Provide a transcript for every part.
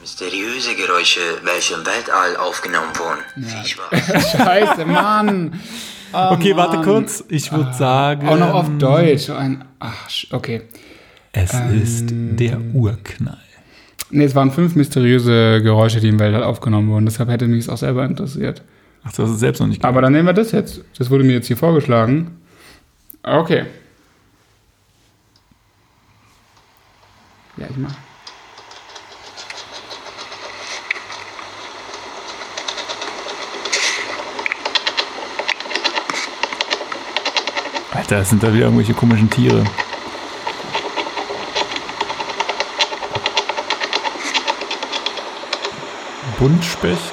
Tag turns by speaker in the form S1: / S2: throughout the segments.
S1: Mysteriöse Geräusche, welche im Weltall aufgenommen wurden. Viel Spaß.
S2: Scheiße, Mann. Ah,
S3: Okay, warte
S2: Mann. Ah.
S3: kurz. Ähm. Ich würde sagen.
S2: Auch noch auf Deutsch. So ein, ach, sch- okay.
S3: Es ist
S2: Ähm.
S3: der Urknall.
S2: Nee, es waren fünf mysteriöse Geräusche, die im Weltall aufgenommen wurden. Deshalb hätte mich es auch selber interessiert.
S3: Ach, das ist selbst noch nicht.
S2: Aber dann nehmen wir das jetzt. Das wurde mir jetzt hier vorgeschlagen. Okay. Ja, ich mach.
S3: Alter, es sind da wieder irgendwelche komischen Tiere. Buntspecht?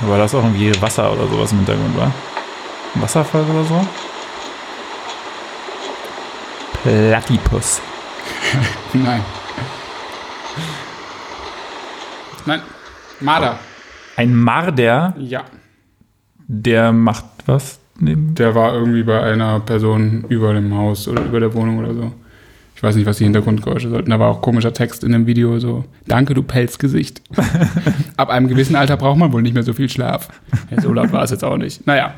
S3: War das auch irgendwie Wasser oder sowas im Hintergrund, war? Ein Wasserfall oder so? Platypus.
S2: Nein. Nein. Marder.
S3: Ein Marder,
S2: Ja.
S3: der macht was neben
S2: Der war irgendwie bei einer Person über dem Haus oder über der Wohnung oder so. Ich weiß nicht, was die Hintergrundgeräusche sollten. Da war auch komischer Text in dem Video so. Danke, du Pelzgesicht. Ab einem gewissen Alter braucht man wohl nicht mehr so viel Schlaf. Ja, so laut war es jetzt auch nicht. Naja.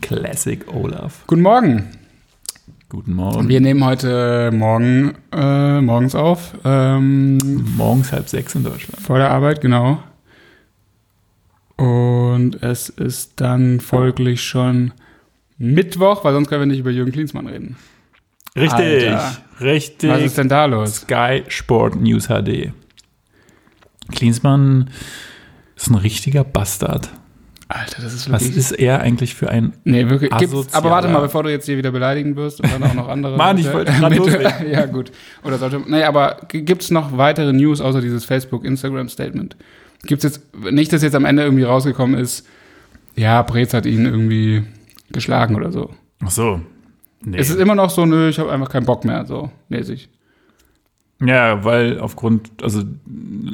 S3: Classic Olaf.
S2: Guten Morgen.
S3: Guten Morgen.
S2: Wir nehmen heute Morgen äh, morgens auf. Ähm,
S3: Morgens halb sechs in Deutschland.
S2: vor der Arbeit, genau. Und es ist dann folglich schon Mittwoch, weil sonst können wir nicht über Jürgen Klinsmann reden.
S3: Richtig,
S2: Alter.
S3: richtig.
S2: Was ist denn da los?
S3: Sky Sport News HD. Klinsmann ist ein richtiger Bastard.
S2: Alter, das ist
S3: Was
S2: wirklich.
S3: ist er eigentlich für ein.
S2: Nee, wirklich. Gibt's,
S3: Asozialer.
S2: aber warte mal, bevor du jetzt hier wieder beleidigen wirst und dann auch noch andere.
S3: Mann, ich
S2: Leute.
S3: wollte grad
S2: Bitte.
S3: loslegen.
S2: Ja, gut. Oder sollte. Nee, aber gibt es noch weitere News außer dieses Facebook-Instagram-Statement? Gibt es jetzt. Nicht, dass jetzt am Ende irgendwie rausgekommen ist, ja, Brez hat ihn irgendwie geschlagen oder so.
S3: Ach so. Nee.
S2: Es ist immer noch so, nö, ich habe einfach keinen Bock mehr, so mäßig.
S3: ja, weil aufgrund, also,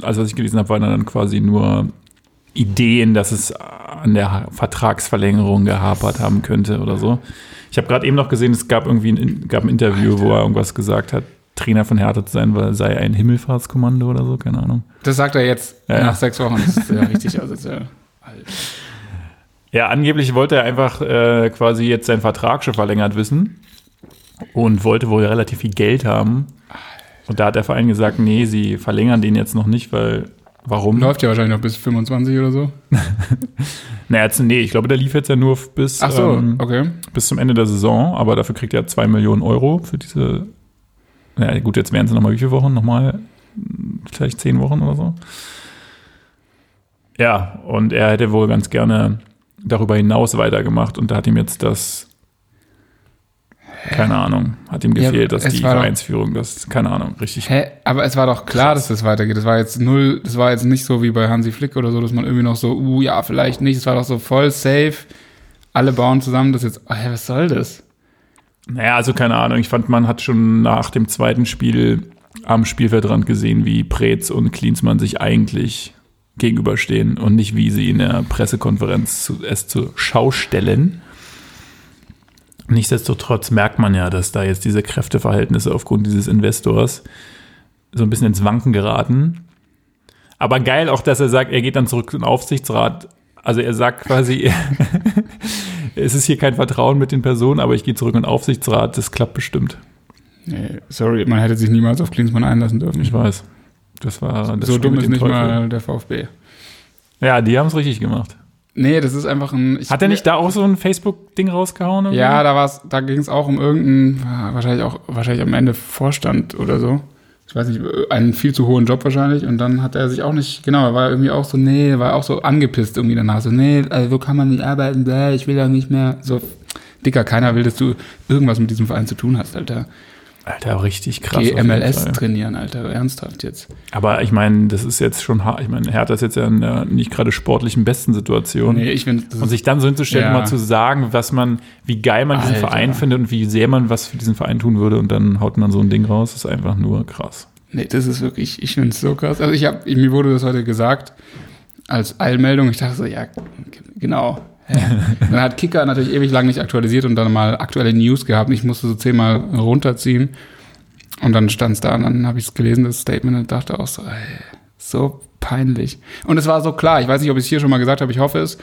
S3: also was ich gelesen habe, waren dann quasi nur Ideen, dass es an der Ha- Vertragsverlängerung gehapert haben könnte oder so. Ich habe gerade eben noch gesehen, es gab irgendwie ein, gab ein Interview, wo er irgendwas gesagt hat, Trainer von Hertha zu sein, weil sei ein Himmelfahrtskommando oder so, keine Ahnung.
S2: Das sagt er jetzt
S3: Ja, ja.
S2: nach sechs Wochen. Das ist ja richtig asozial. Alter.
S3: Ja, angeblich wollte er einfach äh, quasi jetzt seinen Vertrag schon verlängert wissen und wollte wohl relativ viel Geld haben. Und da hat der Verein gesagt, nee, sie verlängern den jetzt noch nicht, weil warum?
S2: Läuft ja wahrscheinlich noch bis 25 oder so.
S3: Naja, jetzt, nee, ich glaube, der lief jetzt ja nur bis,
S2: Ach so,
S3: ähm,
S2: okay.
S3: bis zum Ende der Saison, aber dafür kriegt er 2 Millionen Euro für diese. Naja, gut, jetzt wären es nochmal wie viele Wochen? Nochmal mh, vielleicht 10 Wochen oder so. Ja, und er hätte wohl ganz gerne darüber hinaus weitergemacht und da hat ihm jetzt das. Keine Ahnung, hat ihm
S2: Ja,
S3: gefehlt, dass
S2: es
S3: die
S2: war doch-
S3: Vereinsführung das, keine Ahnung, richtig.
S2: Hä? Aber es war doch klar, dass das weitergeht. Das war jetzt null, das war jetzt nicht so wie bei Hansi Flick oder so, dass man irgendwie noch so, uh, ja, vielleicht nicht. Es war doch so voll safe. Alle bauen zusammen das jetzt. Oh, hä, was soll das?
S3: Naja, also keine Ahnung, ich fand, man hat schon nach dem zweiten Spiel am Spielfeldrand gesehen, wie Preetz und Klinsmann sich eigentlich gegenüberstehen und nicht, wie sie in der Pressekonferenz zu, es zur Schau stellen. Nichtsdestotrotz merkt man ja, dass da jetzt diese Kräfteverhältnisse aufgrund dieses Investors so ein bisschen ins Wanken geraten. Aber geil auch, dass er sagt, er geht dann zurück zum Aufsichtsrat. Also er sagt quasi, es ist hier kein Vertrauen mit den Personen, aber ich gehe zurück in den Aufsichtsrat, das klappt bestimmt.
S2: Nee, sorry, man hätte sich niemals auf Klinsmann einlassen dürfen.
S3: Ich weiß. Das war das
S2: so
S3: Spiel
S2: dumm
S3: mit
S2: Also ist
S3: dem
S2: nicht
S3: Teufel.
S2: mal der VfB.
S3: Ja, die haben es richtig gemacht.
S2: Nee, das ist einfach ein. ich-
S3: Hat er nicht da auch so ein Facebook-Ding rausgehauen? oder
S2: Ja, da war's, da ging es auch um irgendeinen, ah, wahrscheinlich auch, wahrscheinlich am Ende Vorstand oder so. Ich weiß nicht, einen viel zu hohen Job wahrscheinlich. Und dann hat er sich auch nicht, genau, er war irgendwie auch so, nee, war auch so angepisst irgendwie danach. So, nee, also so kann man nicht arbeiten, bläh, ich will doch nicht mehr. So, Dicker, keiner will, dass du irgendwas mit diesem Verein zu tun hast, Alter.
S3: so? Alter, richtig krass.
S2: Geh
S3: auf jeden
S2: MLS
S3: Fall.
S2: trainieren, Alter, ernsthaft jetzt.
S3: Aber ich meine, das ist jetzt schon hart. Ich meine, Hertha ist jetzt ja in der nicht gerade sportlichen besten Situation.
S2: Nee, ich finde,
S3: Und sich dann so hinzustellen,
S2: Ja.
S3: und mal zu sagen, was man, wie geil man diesen
S2: Alter.
S3: Verein findet und wie sehr man was für diesen Verein tun würde und dann haut man so ein Ding raus, ist einfach nur krass.
S2: Nee, das ist wirklich, ich finde es so krass. Also ich habe, mir wurde das heute gesagt als Eilmeldung. Ich dachte so, ja, g- genau. Hä? dann hat Kicker natürlich ewig lang nicht aktualisiert und dann mal aktuelle News gehabt. Und ich musste so zehnmal runterziehen. Und dann stand es da und dann habe ich es gelesen, das Statement, und dachte auch so, ey, so peinlich. Und es war so klar, ich weiß nicht, ob ich es hier schon mal gesagt habe, ich hoffe es.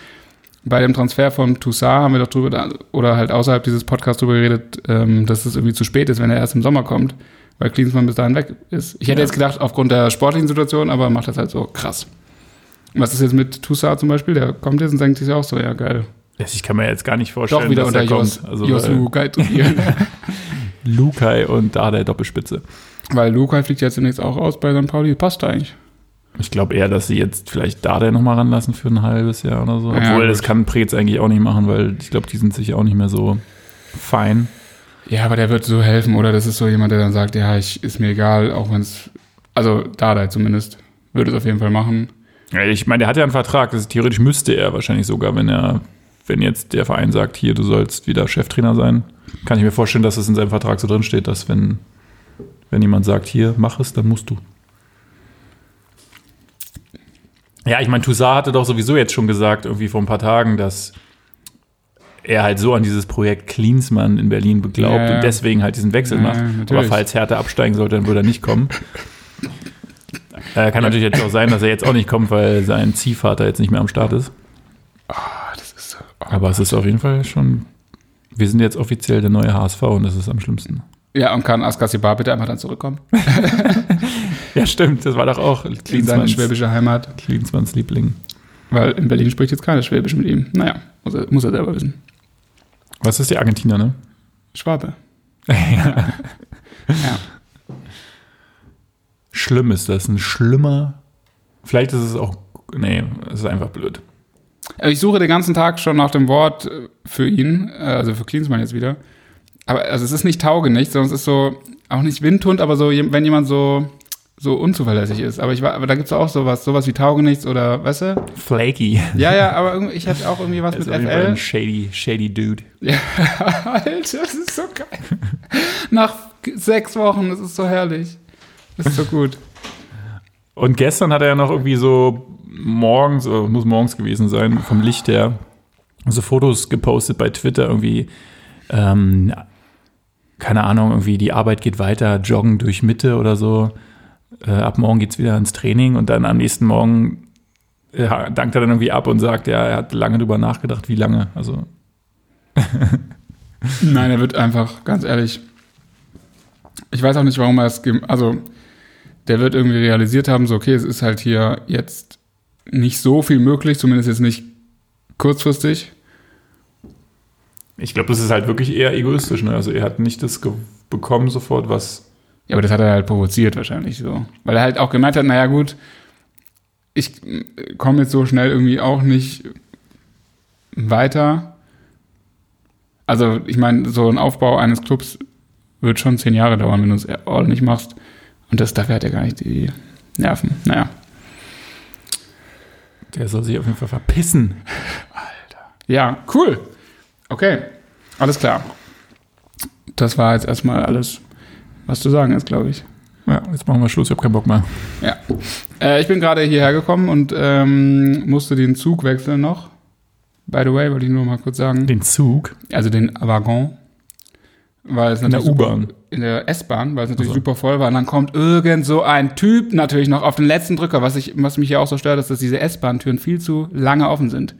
S2: Bei dem Transfer von Toussaint haben wir doch drüber, oder halt außerhalb dieses Podcasts drüber geredet, ähm, dass es irgendwie zu spät ist, wenn er erst im Sommer kommt, weil Klinsmann bis dahin weg ist. Ich hätte
S3: Ja.
S2: jetzt gedacht, aufgrund der sportlichen Situation, aber macht das halt so krass. Und Was ist jetzt mit Toussaint zum Beispiel? Der kommt jetzt und denkt sich auch so, ja geil.
S3: Also Ich kann mir jetzt gar nicht vorstellen,
S2: Doch wieder
S3: dass
S2: unter
S3: er
S2: Jos,
S3: kommt. Also,
S2: Josu,
S3: äh,
S2: geil trainieren.
S3: Lukai und da der Doppelspitze.
S2: Weil Luca fliegt jetzt demnächst auch aus bei St. Pauli. Passt eigentlich.
S3: Ich glaube eher, dass sie jetzt vielleicht Dardai noch mal ranlassen für ein halbes Jahr oder so.
S2: Ja,
S3: Obwohl,
S2: gut.
S3: das kann Prez eigentlich auch nicht machen, weil ich glaube, die sind sich auch nicht mehr so fein.
S2: Ja, aber der wird so helfen, oder? Das ist so jemand, der dann sagt, ja, ich, ist mir egal, auch wenn es, also Dardai zumindest, würde es auf jeden Fall machen.
S3: Ja, Ich meine, der hat ja einen Vertrag. Das theoretisch müsste er wahrscheinlich sogar, wenn er, wenn jetzt der Verein sagt, hier, du sollst wieder Cheftrainer sein, kann ich mir vorstellen, dass es in seinem Vertrag so drin steht, dass wenn, wenn jemand sagt, hier, mach es, dann musst du. Ja, ich meine, Toussaint hatte doch sowieso jetzt schon gesagt, irgendwie vor ein paar Tagen, dass er halt so an dieses Projekt Cleansmann in Berlin beglaubt
S2: Ja, ja.
S3: und deswegen halt diesen Wechsel
S2: Ja,
S3: macht. Aber
S2: natürlich.
S3: falls Hertha absteigen sollte, dann würde er nicht kommen. Äh, kann natürlich jetzt auch sein, dass er jetzt auch nicht kommt, weil sein Ziehvater jetzt nicht mehr am Start ist.
S2: Ah, das ist so.
S3: Aber es ist oh auf jeden Fall schon. Wir sind jetzt offiziell der neue HSV und das ist am schlimmsten.
S2: Ja, und kann Askasibar bitte einmal dann zurückkommen?
S3: Ja, stimmt. Das war doch auch
S2: In seine
S3: Klinsmanns
S2: schwäbische Heimat.
S3: Klinsmanns Liebling.
S2: Weil in Berlin spricht jetzt keiner Schwäbisch mit ihm. Naja, muss er, muss er selber wissen.
S3: Was ist die Argentinier, ne?
S2: Schwabe.
S3: Schlimm ist das. Ein schlimmer. Vielleicht ist es auch. Nee, es ist einfach blöd.
S2: Also Ich suche den ganzen Tag schon nach dem Wort äh, für ihn, äh, also für Klinsmann jetzt wieder. Aber also es ist nicht taugenichts, sondern es ist so, auch nicht Windhund, aber so, je- wenn jemand so, so unzuverlässig ist. Aber, ich, war- aber da gibt es auch sowas, sowas wie taugenichts oder, weißt du?
S3: Flaky.
S2: Ja, ja, aber irgendwie, ich hatte auch irgendwie was mit
S3: Das ist auf jeden Fall
S2: FL.
S3: ein shady, shady Dude.
S2: Ja, Alter, das ist so geil. Nach sechs Wochen, das ist so herrlich. Das ist so gut.
S3: Und gestern hat er ja noch irgendwie so morgens, oder muss morgens gewesen sein, vom Licht her, so Fotos gepostet bei Twitter irgendwie. Ähm, keine Ahnung, irgendwie die Arbeit geht weiter, joggen durch Mitte oder so. Äh, ab morgen geht's wieder ins Training und dann am nächsten Morgen ja, dankt er dann irgendwie ab und sagt, ja, er hat lange drüber nachgedacht, wie lange. Also
S2: Nein, er wird einfach, ganz ehrlich. Ich weiß auch nicht, warum er es. gem- Also, der wird irgendwie realisiert haben, so, okay, es ist halt hier jetzt nicht so viel möglich, zumindest jetzt nicht kurzfristig.
S3: ich glaube, das ist halt wirklich eher egoistisch. Ne? Also er hat nicht das ge- bekommen sofort, was.
S2: Ja, aber das hat er halt provoziert, wahrscheinlich so. Weil er halt auch gemeint hat, naja, gut, ich komme jetzt so schnell irgendwie auch nicht weiter. Also, ich meine, so ein Aufbau eines Clubs wird schon zehn Jahre dauern, wenn du es e- ordentlich machst. Und das dafür hat er gar nicht die Nerven. Naja.
S3: Der soll sich auf jeden Fall verpissen.
S2: Ja, cool. Okay, alles klar. Das war jetzt erstmal alles, was zu sagen ist, glaube ich.
S3: Ja, jetzt machen wir Schluss, ich habe keinen Bock mehr.
S2: Ja. Äh, ich bin gerade hierher gekommen und ähm, musste den Zug wechseln noch. By the way, wollte ich nur mal kurz sagen.
S3: Den Zug
S2: Also den Waggon. Weil es
S3: in der
S2: natürlich
S3: U-Bahn.
S2: in der S-Bahn, weil es natürlich
S3: Also.
S2: super voll war. Und dann kommt irgend so ein Typ natürlich noch auf den letzten Drücker. Was, ich, was mich hier auch so stört, ist, dass diese S-Bahn-Türen viel zu lange offen sind.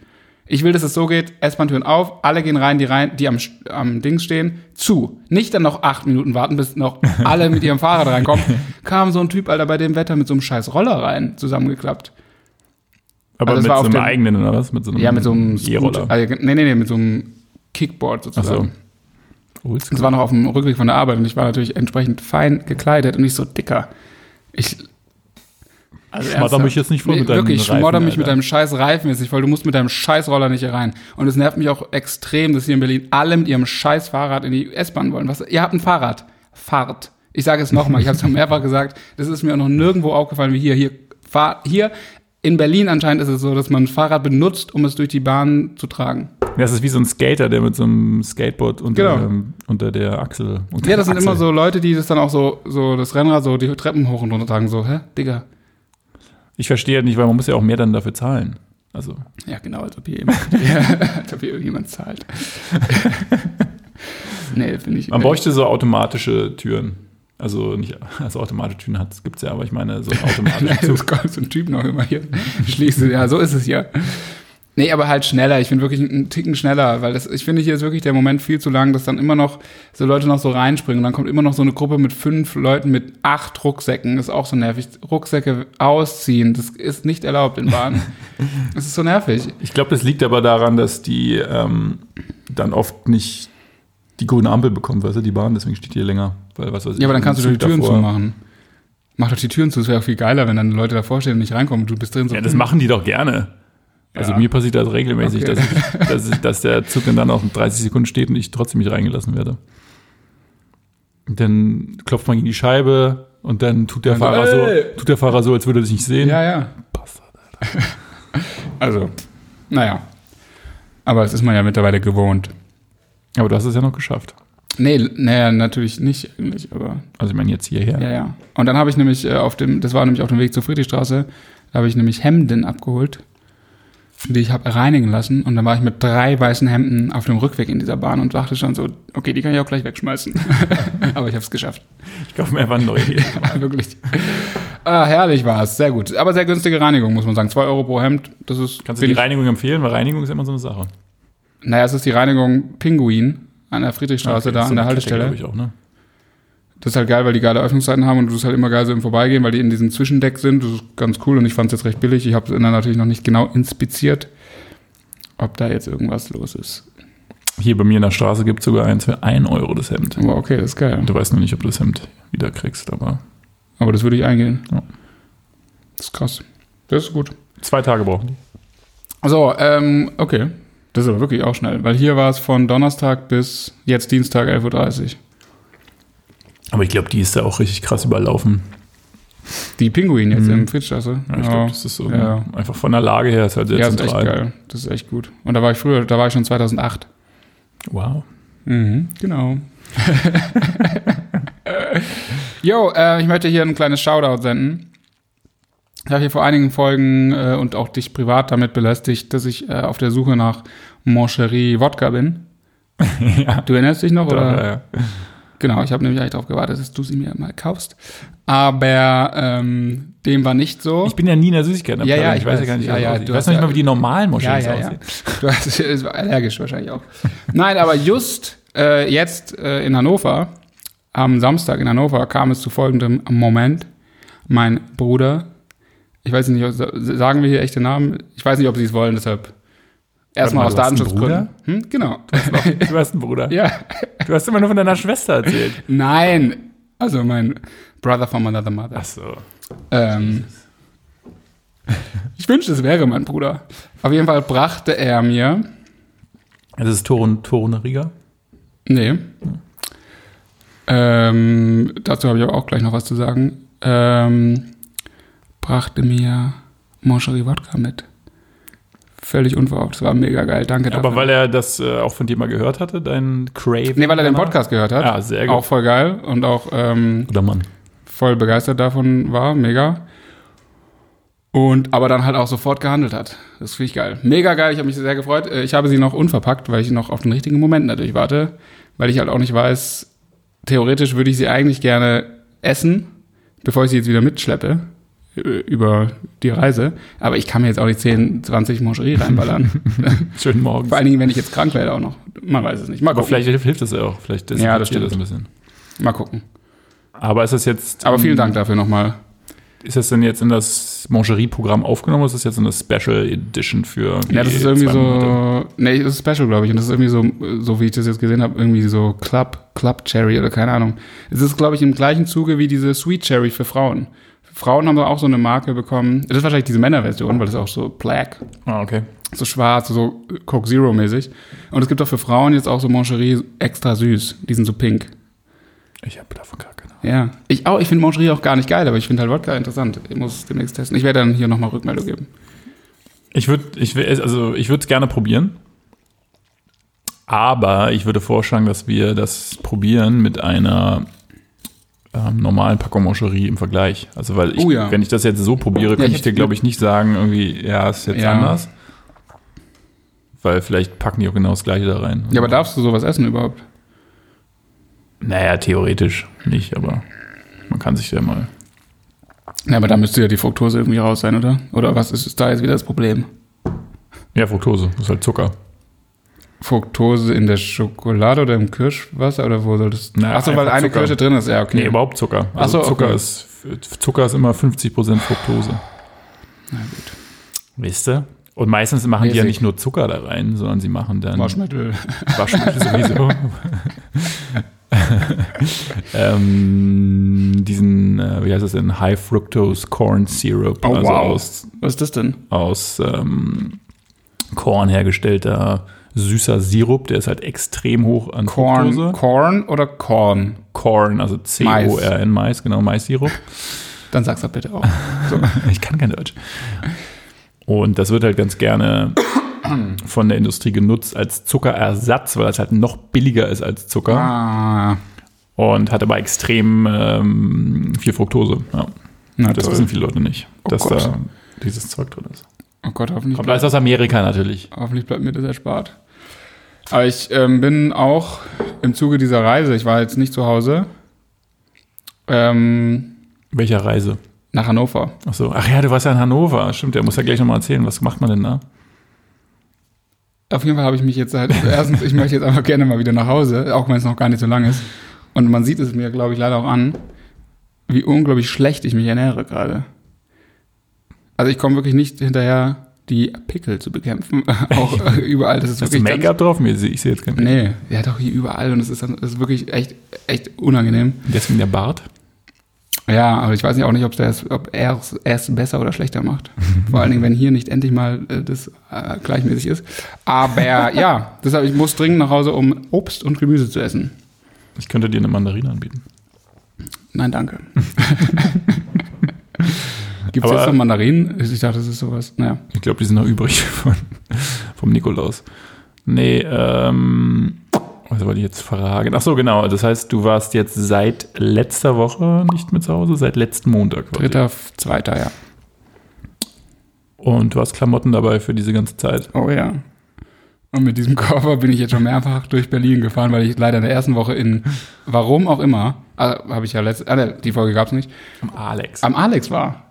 S2: Ich will, dass es so geht, S-Bahn-Türen auf, alle gehen rein, die rein, die am, Sch- am Ding stehen, zu. Nicht dann noch acht Minuten warten, bis noch alle mit ihrem Fahrrad reinkommen. Kam so ein Typ, Alter, bei dem Wetter mit so einem scheiß Roller rein, zusammengeklappt.
S3: Aber
S2: Also das
S3: mit
S2: war
S3: so
S2: auf
S3: einem
S2: dem-
S3: eigenen oder was? Mit so einem
S2: Ja, mit so einem
S3: E-Roller.
S2: Also, nee, nee, nee, mit so einem Kickboard sozusagen.
S3: Achso.
S2: Es war noch auf dem Rückweg von der Arbeit und ich war natürlich entsprechend fein gekleidet und nicht so dicker. Ich also
S3: Schmadder
S2: ernsthaft.
S3: mich jetzt nicht voll mit deinem
S2: Wirklich,
S3: Reifen,
S2: schmodder mich mit
S3: Alter.
S2: deinem scheiß Reifen jetzt nicht voll. Du musst mit deinem scheiß Roller nicht hier rein. Und es nervt mich auch extrem, dass hier in Berlin alle mit ihrem scheiß Fahrrad in die S-Bahn wollen. Was, ihr habt ein Fahrrad. Fahrt. Ich sage es nochmal, ich habe es schon mehrfach gesagt. Das ist mir auch noch nirgendwo aufgefallen wie hier. Hier, fahr, hier in Berlin anscheinend ist es so, dass man ein Fahrrad benutzt, um es durch die Bahn zu tragen.
S3: Das ist wie so ein Skater, der mit so einem Skateboard unter,
S2: Genau.
S3: ähm, unter der Achsel. Unter
S2: Ja, das sind
S3: Achsel.
S2: immer so Leute, die das dann auch so, so das Rennrad so die Treppen hoch und runter tragen, so, hä, Digga.
S3: Ich verstehe halt nicht, weil man muss ja auch mehr dann dafür zahlen. Also,
S2: Ja, genau, als ob hier jemand, als ob hier irgendjemand zahlt. nee, finde ich.
S3: man bräuchte so automatische Türen. Also nicht, also automatische Türen gibt es ja, aber ich meine, so automatisch.
S2: Also es kommt so ein Typ noch immer hier. Schließt du, ja, so ist es ja. Nee, aber halt schneller. Ich finde wirklich einen Ticken schneller, weil das, ich finde, hier ist wirklich der Moment viel zu lang, dass dann immer noch so Leute noch so reinspringen. Und dann kommt immer noch so eine Gruppe mit fünf Leuten mit acht Rucksäcken. Ist auch so nervig. Rucksäcke ausziehen, das ist nicht erlaubt in Bahnen. das ist so nervig.
S3: Ich glaube, das liegt aber daran, dass die ähm, dann oft nicht die grüne Ampel bekommt, weißt du, die Bahn, deswegen steht die hier länger. Weil, was weiß ich,
S2: Ja, aber dann kannst du
S3: ein
S2: doch die
S3: Zug
S2: Türen
S3: davor-
S2: zumachen. Mach doch die Türen zu. Es wäre auch viel geiler, wenn dann Leute davor stehen und nicht reinkommen. und Du bist drin so.
S3: Ja, das machen die doch gerne. Also
S2: Ja.
S3: mir passiert das regelmäßig,
S2: Okay.
S3: dass, ich, dass, ich, dass der Zug dann auch 30 Sekunden steht und ich trotzdem nicht reingelassen werde. Und Dann klopft man gegen die Scheibe und dann tut der,
S2: Dann so,
S3: Fahrer, so,
S2: ey!
S3: tut der Fahrer so, als würde er dich nicht sehen.
S2: Ja, ja.
S3: Bastard,
S2: Also, naja. Aber das ist man ja mittlerweile gewohnt.
S3: Aber du hast es ja noch geschafft.
S2: Nee, l- naja, natürlich nicht eigentlich, aber
S3: Also ich meine jetzt hierher.
S2: ja, ja. Und dann habe ich nämlich äh, auf dem, das war nämlich auf dem Weg zur Friedrichstraße, da habe ich nämlich Hemden abgeholt, die ich habe reinigen lassen und dann war ich mit drei weißen Hemden auf dem Rückweg in dieser Bahn und dachte schon so, okay, die kann ich auch gleich wegschmeißen. aber ich habe es geschafft.
S3: Ich kaufe mir einfach ein neues.
S2: Wirklich. Ah, herrlich war es, sehr gut. Aber sehr günstige Reinigung, muss man sagen. Zwei Euro pro Hemd, das ist
S3: Kannst du die Reinigung empfehlen? Weil Reinigung ist immer so eine Sache.
S2: Naja, es ist die Reinigung Pinguin an der Friedrichstraße
S3: Okay,
S2: da
S3: das ist
S2: an der
S3: eine Kette,
S2: Haltestelle.
S3: glaub ich auch, ne?
S2: Das ist halt geil, weil die geile Öffnungszeiten haben und du es halt immer geil so im Vorbeigehen, weil die in diesem Zwischendeck sind. Das ist ganz cool und ich fand es jetzt recht billig. Ich habe es natürlich noch nicht genau inspiziert, ob da jetzt irgendwas los ist.
S3: Hier bei mir in der Straße gibt es sogar eins für 1 Euro das Hemd.
S2: Aber okay, das ist geil.
S3: Du weißt noch nicht, ob du das Hemd wieder kriegst, aber
S2: Aber das würde ich eingehen.
S3: Ja.
S2: Das ist krass. Das ist gut.
S3: zwei Tage brauchen die.
S2: So, ähm, okay. Das ist aber wirklich auch schnell, weil hier war es von Donnerstag bis jetzt Dienstag 11.30 Uhr.
S3: Aber ich glaube, die ist da auch richtig krass überlaufen.
S2: Die Pinguin jetzt
S3: Mhm.
S2: im Friedstraße.
S3: Ja, ich glaube, das ist so ne?
S2: Ja.
S3: einfach von der Lage her ist halt sehr
S2: ja, ist echt
S3: zentral.
S2: geil. Das ist echt gut. Und da war ich früher, da war ich schon 2008.
S3: Wow.
S2: Mhm, genau. Jo, äh, ich möchte hier ein kleines Shoutout senden. Ich habe hier vor einigen Folgen äh, und auch dich privat damit belästigt, dass ich äh, auf der Suche nach Mon Cherie Wodka bin.
S3: ja,
S2: Du erinnerst dich noch?
S3: doch,
S2: Oder?
S3: ja, ja.
S2: Genau, ich habe nämlich eigentlich darauf gewartet, dass du sie mir mal kaufst. Aber ähm, dem war nicht so.
S3: Ich bin ja nie in der Süßigkeiten.
S2: Ja, ja,
S3: ich
S2: ich
S3: weiß ja
S2: weiß.
S3: gar nicht,
S2: Ja,
S3: wie
S2: ja,
S3: das aussieht.
S2: du
S3: ich
S2: hast
S3: weiß noch nicht
S2: ja-
S3: mal, wie die normalen
S2: ja,
S3: Moscheln
S2: ja, ja.
S3: aussehen.
S2: Du hast, es war allergisch wahrscheinlich auch. Nein, aber just äh, jetzt äh, in Hannover, am Samstag in Hannover, kam es zu folgendem Moment. Mein Bruder, ich weiß nicht, sa- sagen wir hier echte Namen? Ich weiß nicht, ob sie es wollen, deshalb erstmal
S3: mal,
S2: aus
S3: du hast einen
S2: Datenschutzgründen. Hm, genau.
S3: Du hast einen Bruder.
S2: ja,
S3: Du hast immer nur von deiner Schwester erzählt.
S2: nein. Also mein Brother from another mother.
S3: so.
S2: Ähm, ich wünschte, es wäre mein Bruder. Auf jeden Fall brachte er mir
S3: Das ist Torun, Toruneriger.
S2: Nee. Ähm, dazu habe ich aber auch gleich noch was zu sagen. Ähm, brachte mir Moncherie Wodka mit. Völlig unverhofft. Das war mega geil. Danke dafür.
S3: Aber weil er das äh, auch von dir mal gehört hatte, dein Crave.
S2: nee, weil er den Podcast gehört hat.
S3: Genau. Ja, sehr gut.
S2: Auch voll geil und auch ähm,
S3: Guter Mann.
S2: voll begeistert davon war. Mega. Und aber dann halt auch sofort gehandelt hat. Das finde ich geil. Mega geil. Ich habe mich sehr gefreut. Äh, Ich habe sie noch unverpackt, weil ich noch auf den richtigen Moment natürlich warte. weil ich halt auch nicht weiß, theoretisch würde ich sie eigentlich gerne essen, bevor ich sie jetzt wieder mitschleppe äh, über die Reise. Aber ich kann mir jetzt auch nicht 10, 20 Mangerie reinballern.
S3: Schönen Morgen.
S2: Vor allen Dingen, wenn ich jetzt krank werde auch noch. Man weiß es nicht. Mal
S3: Aber
S2: gucken.
S3: vielleicht hilft hilft das ja auch. Vielleicht
S2: Oh. Ja, das
S3: desinfiziert
S2: stimmt.
S3: ein bisschen.
S2: Mal gucken.
S3: Aber ist das jetzt.
S2: Aber vielen
S3: ähm,
S2: Dank dafür nochmal.
S3: Ist das denn jetzt in das Mangerie-Programm aufgenommen oder ist das jetzt in das Special Edition für.
S2: Ja, das
S3: die
S2: ist irgendwie
S3: zwei Monate?
S2: so. Nee, das ist special, glaube ich. Und das ist irgendwie so, so wie ich das jetzt gesehen habe, irgendwie so Club, Club Cherry oder keine Ahnung. Es ist, glaube ich, im gleichen Zuge wie diese Sweet Cherry für Frauen. Frauen haben da auch so eine Marke bekommen. Das ist wahrscheinlich diese Männerversion, weil das auch so black
S3: Ah, okay.
S2: so schwarz, so Coke Zero mäßig. Und es gibt auch für Frauen jetzt auch so Mancherie extra süß. Die sind so pink.
S3: Ich habe davon gar keine Ahnung.
S2: Ja. Ich auch, ich finde Mancherie auch gar nicht geil, aber ich finde halt Wodka interessant. Ich muss es demnächst testen. Ich werde dann hier nochmal Rückmeldung geben.
S3: Ich würde ich wär- also ich würde es gerne probieren. Aber ich würde vorschlagen, dass wir das probieren mit einer ähm, normalen Packung Mangerie im Vergleich. Also weil ich,
S2: Oh ja.
S3: wenn ich das jetzt so probiere, kann
S2: ich
S3: ich, dir
S2: hab's-
S3: glaube ich nicht sagen, irgendwie ja, ist jetzt
S2: Ja.
S3: anders. Weil vielleicht packen die auch genau das gleiche da rein.
S2: Ja, aber darfst du sowas essen überhaupt?
S3: Naja, theoretisch nicht, aber kann sich der mal.
S2: Ja, aber da müsste ja die Fructose irgendwie raus sein, oder? Oder was ist, ist da jetzt wieder das Problem?
S3: Ja, Fructose, ist halt Zucker.
S2: Fructose in der Schokolade oder im Kirschwasser oder wo soll das?
S3: Na,
S2: Achso, weil
S3: einfach
S2: eine
S3: Zucker.
S2: Kirsche drin ist, ja, okay.
S3: Nee, überhaupt Zucker. Also
S2: Ach so,
S3: Zucker,
S2: okay.
S3: ist, Zucker ist immer 50% Fructose. Na gut. Wisst ihr? Und meistens machen die ja
S2: Mäßig.
S3: nicht nur Zucker da rein, sondern sie machen dann
S2: Waschmittel.
S3: Waschmittel sowieso. ähm, diesen, äh, wie heißt das denn, High Fructose Corn Syrup,
S2: Oh,
S3: also
S2: wow.
S3: aus,
S2: Was ist das denn?
S3: aus ähm, Korn hergestellter süßer Sirup, der ist halt extrem hoch an
S2: Corn,
S3: Fructose.
S2: Corn oder Corn?
S3: Corn, also C-O-R-N, Mais, genau, Mais-Sirup.
S2: Dann sag's doch bitte auch.
S3: Ich kann kein Deutsch. Und das wird halt ganz gerne von der Industrie genutzt als Zuckerersatz, weil das halt noch billiger ist als Zucker
S2: ah,
S3: und hat aber extrem ähm, viel Fructose. Ja.
S2: na
S3: Das
S2: toll.
S3: wissen viele Leute nicht, dass
S2: Gott.
S3: da dieses Zeug drin ist.
S2: Oh Gott, hoffentlich,
S3: Kommt alles aus Amerika natürlich.
S2: hoffentlich bleibt mir das erspart. Aber ich ähm, bin auch im Zuge dieser Reise, ich war jetzt nicht zu Hause, ähm,
S3: Welcher Reise?
S2: nach Hannover.
S3: Ach so. Ach ja, du warst ja in Hannover. Stimmt, der muss ja gleich nochmal erzählen. Was macht man denn da?
S2: Auf jeden Fall habe ich mich jetzt halt, also erstens, ich möchte jetzt einfach gerne mal wieder nach Hause, auch wenn es noch gar nicht so lang ist. Und man sieht es mir, glaube ich, leider auch an, wie unglaublich schlecht ich mich ernähre gerade. Also ich komme wirklich nicht hinterher, die Pickel zu bekämpfen. auch äh, überall, das ist
S3: Hast du
S2: wirklich ganz-
S3: Make-up drauf? Ich sehe ich sehe jetzt kein
S2: Nee, ja doch hier überall und es ist, dann, es ist wirklich echt, echt unangenehm.
S3: Deswegen der Bart.
S2: Ja, aber ich weiß nicht auch nicht, ob's das, ob er es erst besser oder schlechter macht. Vor allen Dingen, wenn hier nicht endlich mal äh, das äh, gleichmäßig ist. Aber ja, deshalb, ich muss dringend nach Hause, um Obst und Gemüse zu essen.
S3: Ich könnte dir eine Mandarine anbieten.
S2: Nein, danke. Gibt's
S3: Aber-
S2: jetzt noch Mandarinen? Ich dachte, das ist sowas. Naja.
S3: Ich glaube, die sind noch übrig von, vom Nikolaus. Nee, ähm, was wollte ich jetzt fragen? Ach so, genau. Das heißt, du warst jetzt seit letzter Woche nicht mit zu Hause, seit letzten Montag. quasi.
S2: Dritter, zweiter, ja.
S3: Und du hast Klamotten dabei für diese ganze Zeit.
S2: Oh ja. Und mit diesem Koffer bin ich jetzt schon mehrfach durch Berlin gefahren, weil ich leider in der ersten Woche in, warum auch immer, also, habe ich ja letzte, ah, ne, die Folge gab's nicht,
S3: Am Alex.
S2: am Alex war.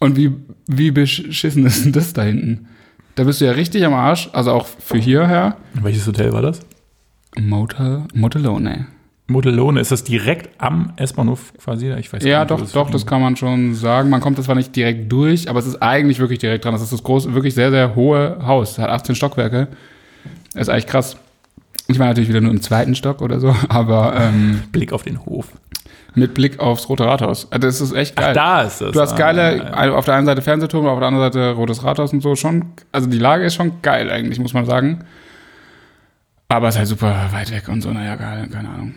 S2: Und wie, wie beschissen ist denn das da hinten? Da bist du ja richtig am Arsch, also auch für hierher.
S3: Welches Hotel war das?
S2: Motel, Motelone.
S3: Modellone. Ist das direkt am S-Bahnhof quasi? Ich weiß
S2: Ja,
S3: nicht, wo
S2: doch, doch, das
S3: ist.
S2: kann man schon sagen. Man kommt das zwar nicht direkt durch, aber es ist eigentlich wirklich direkt dran. Das ist das große, wirklich sehr, sehr hohe Haus. Hat 18 Stockwerke. Ist eigentlich krass. Ich war natürlich wieder nur im zweiten Stock oder so, aber ähm,
S3: Blick auf den Hof.
S2: mit Blick aufs Rote Rathaus. Also Das ist echt geil.
S3: Da ist das.
S2: Du hast
S3: Ah,
S2: geile,
S3: ja, ja.
S2: also auf der einen Seite Fernsehturm, auf der anderen Seite Rotes Rathaus und so schon. Also die Lage ist schon geil eigentlich, muss man sagen. Aber es ist halt super weit weg und so, naja, geil, keine Ahnung.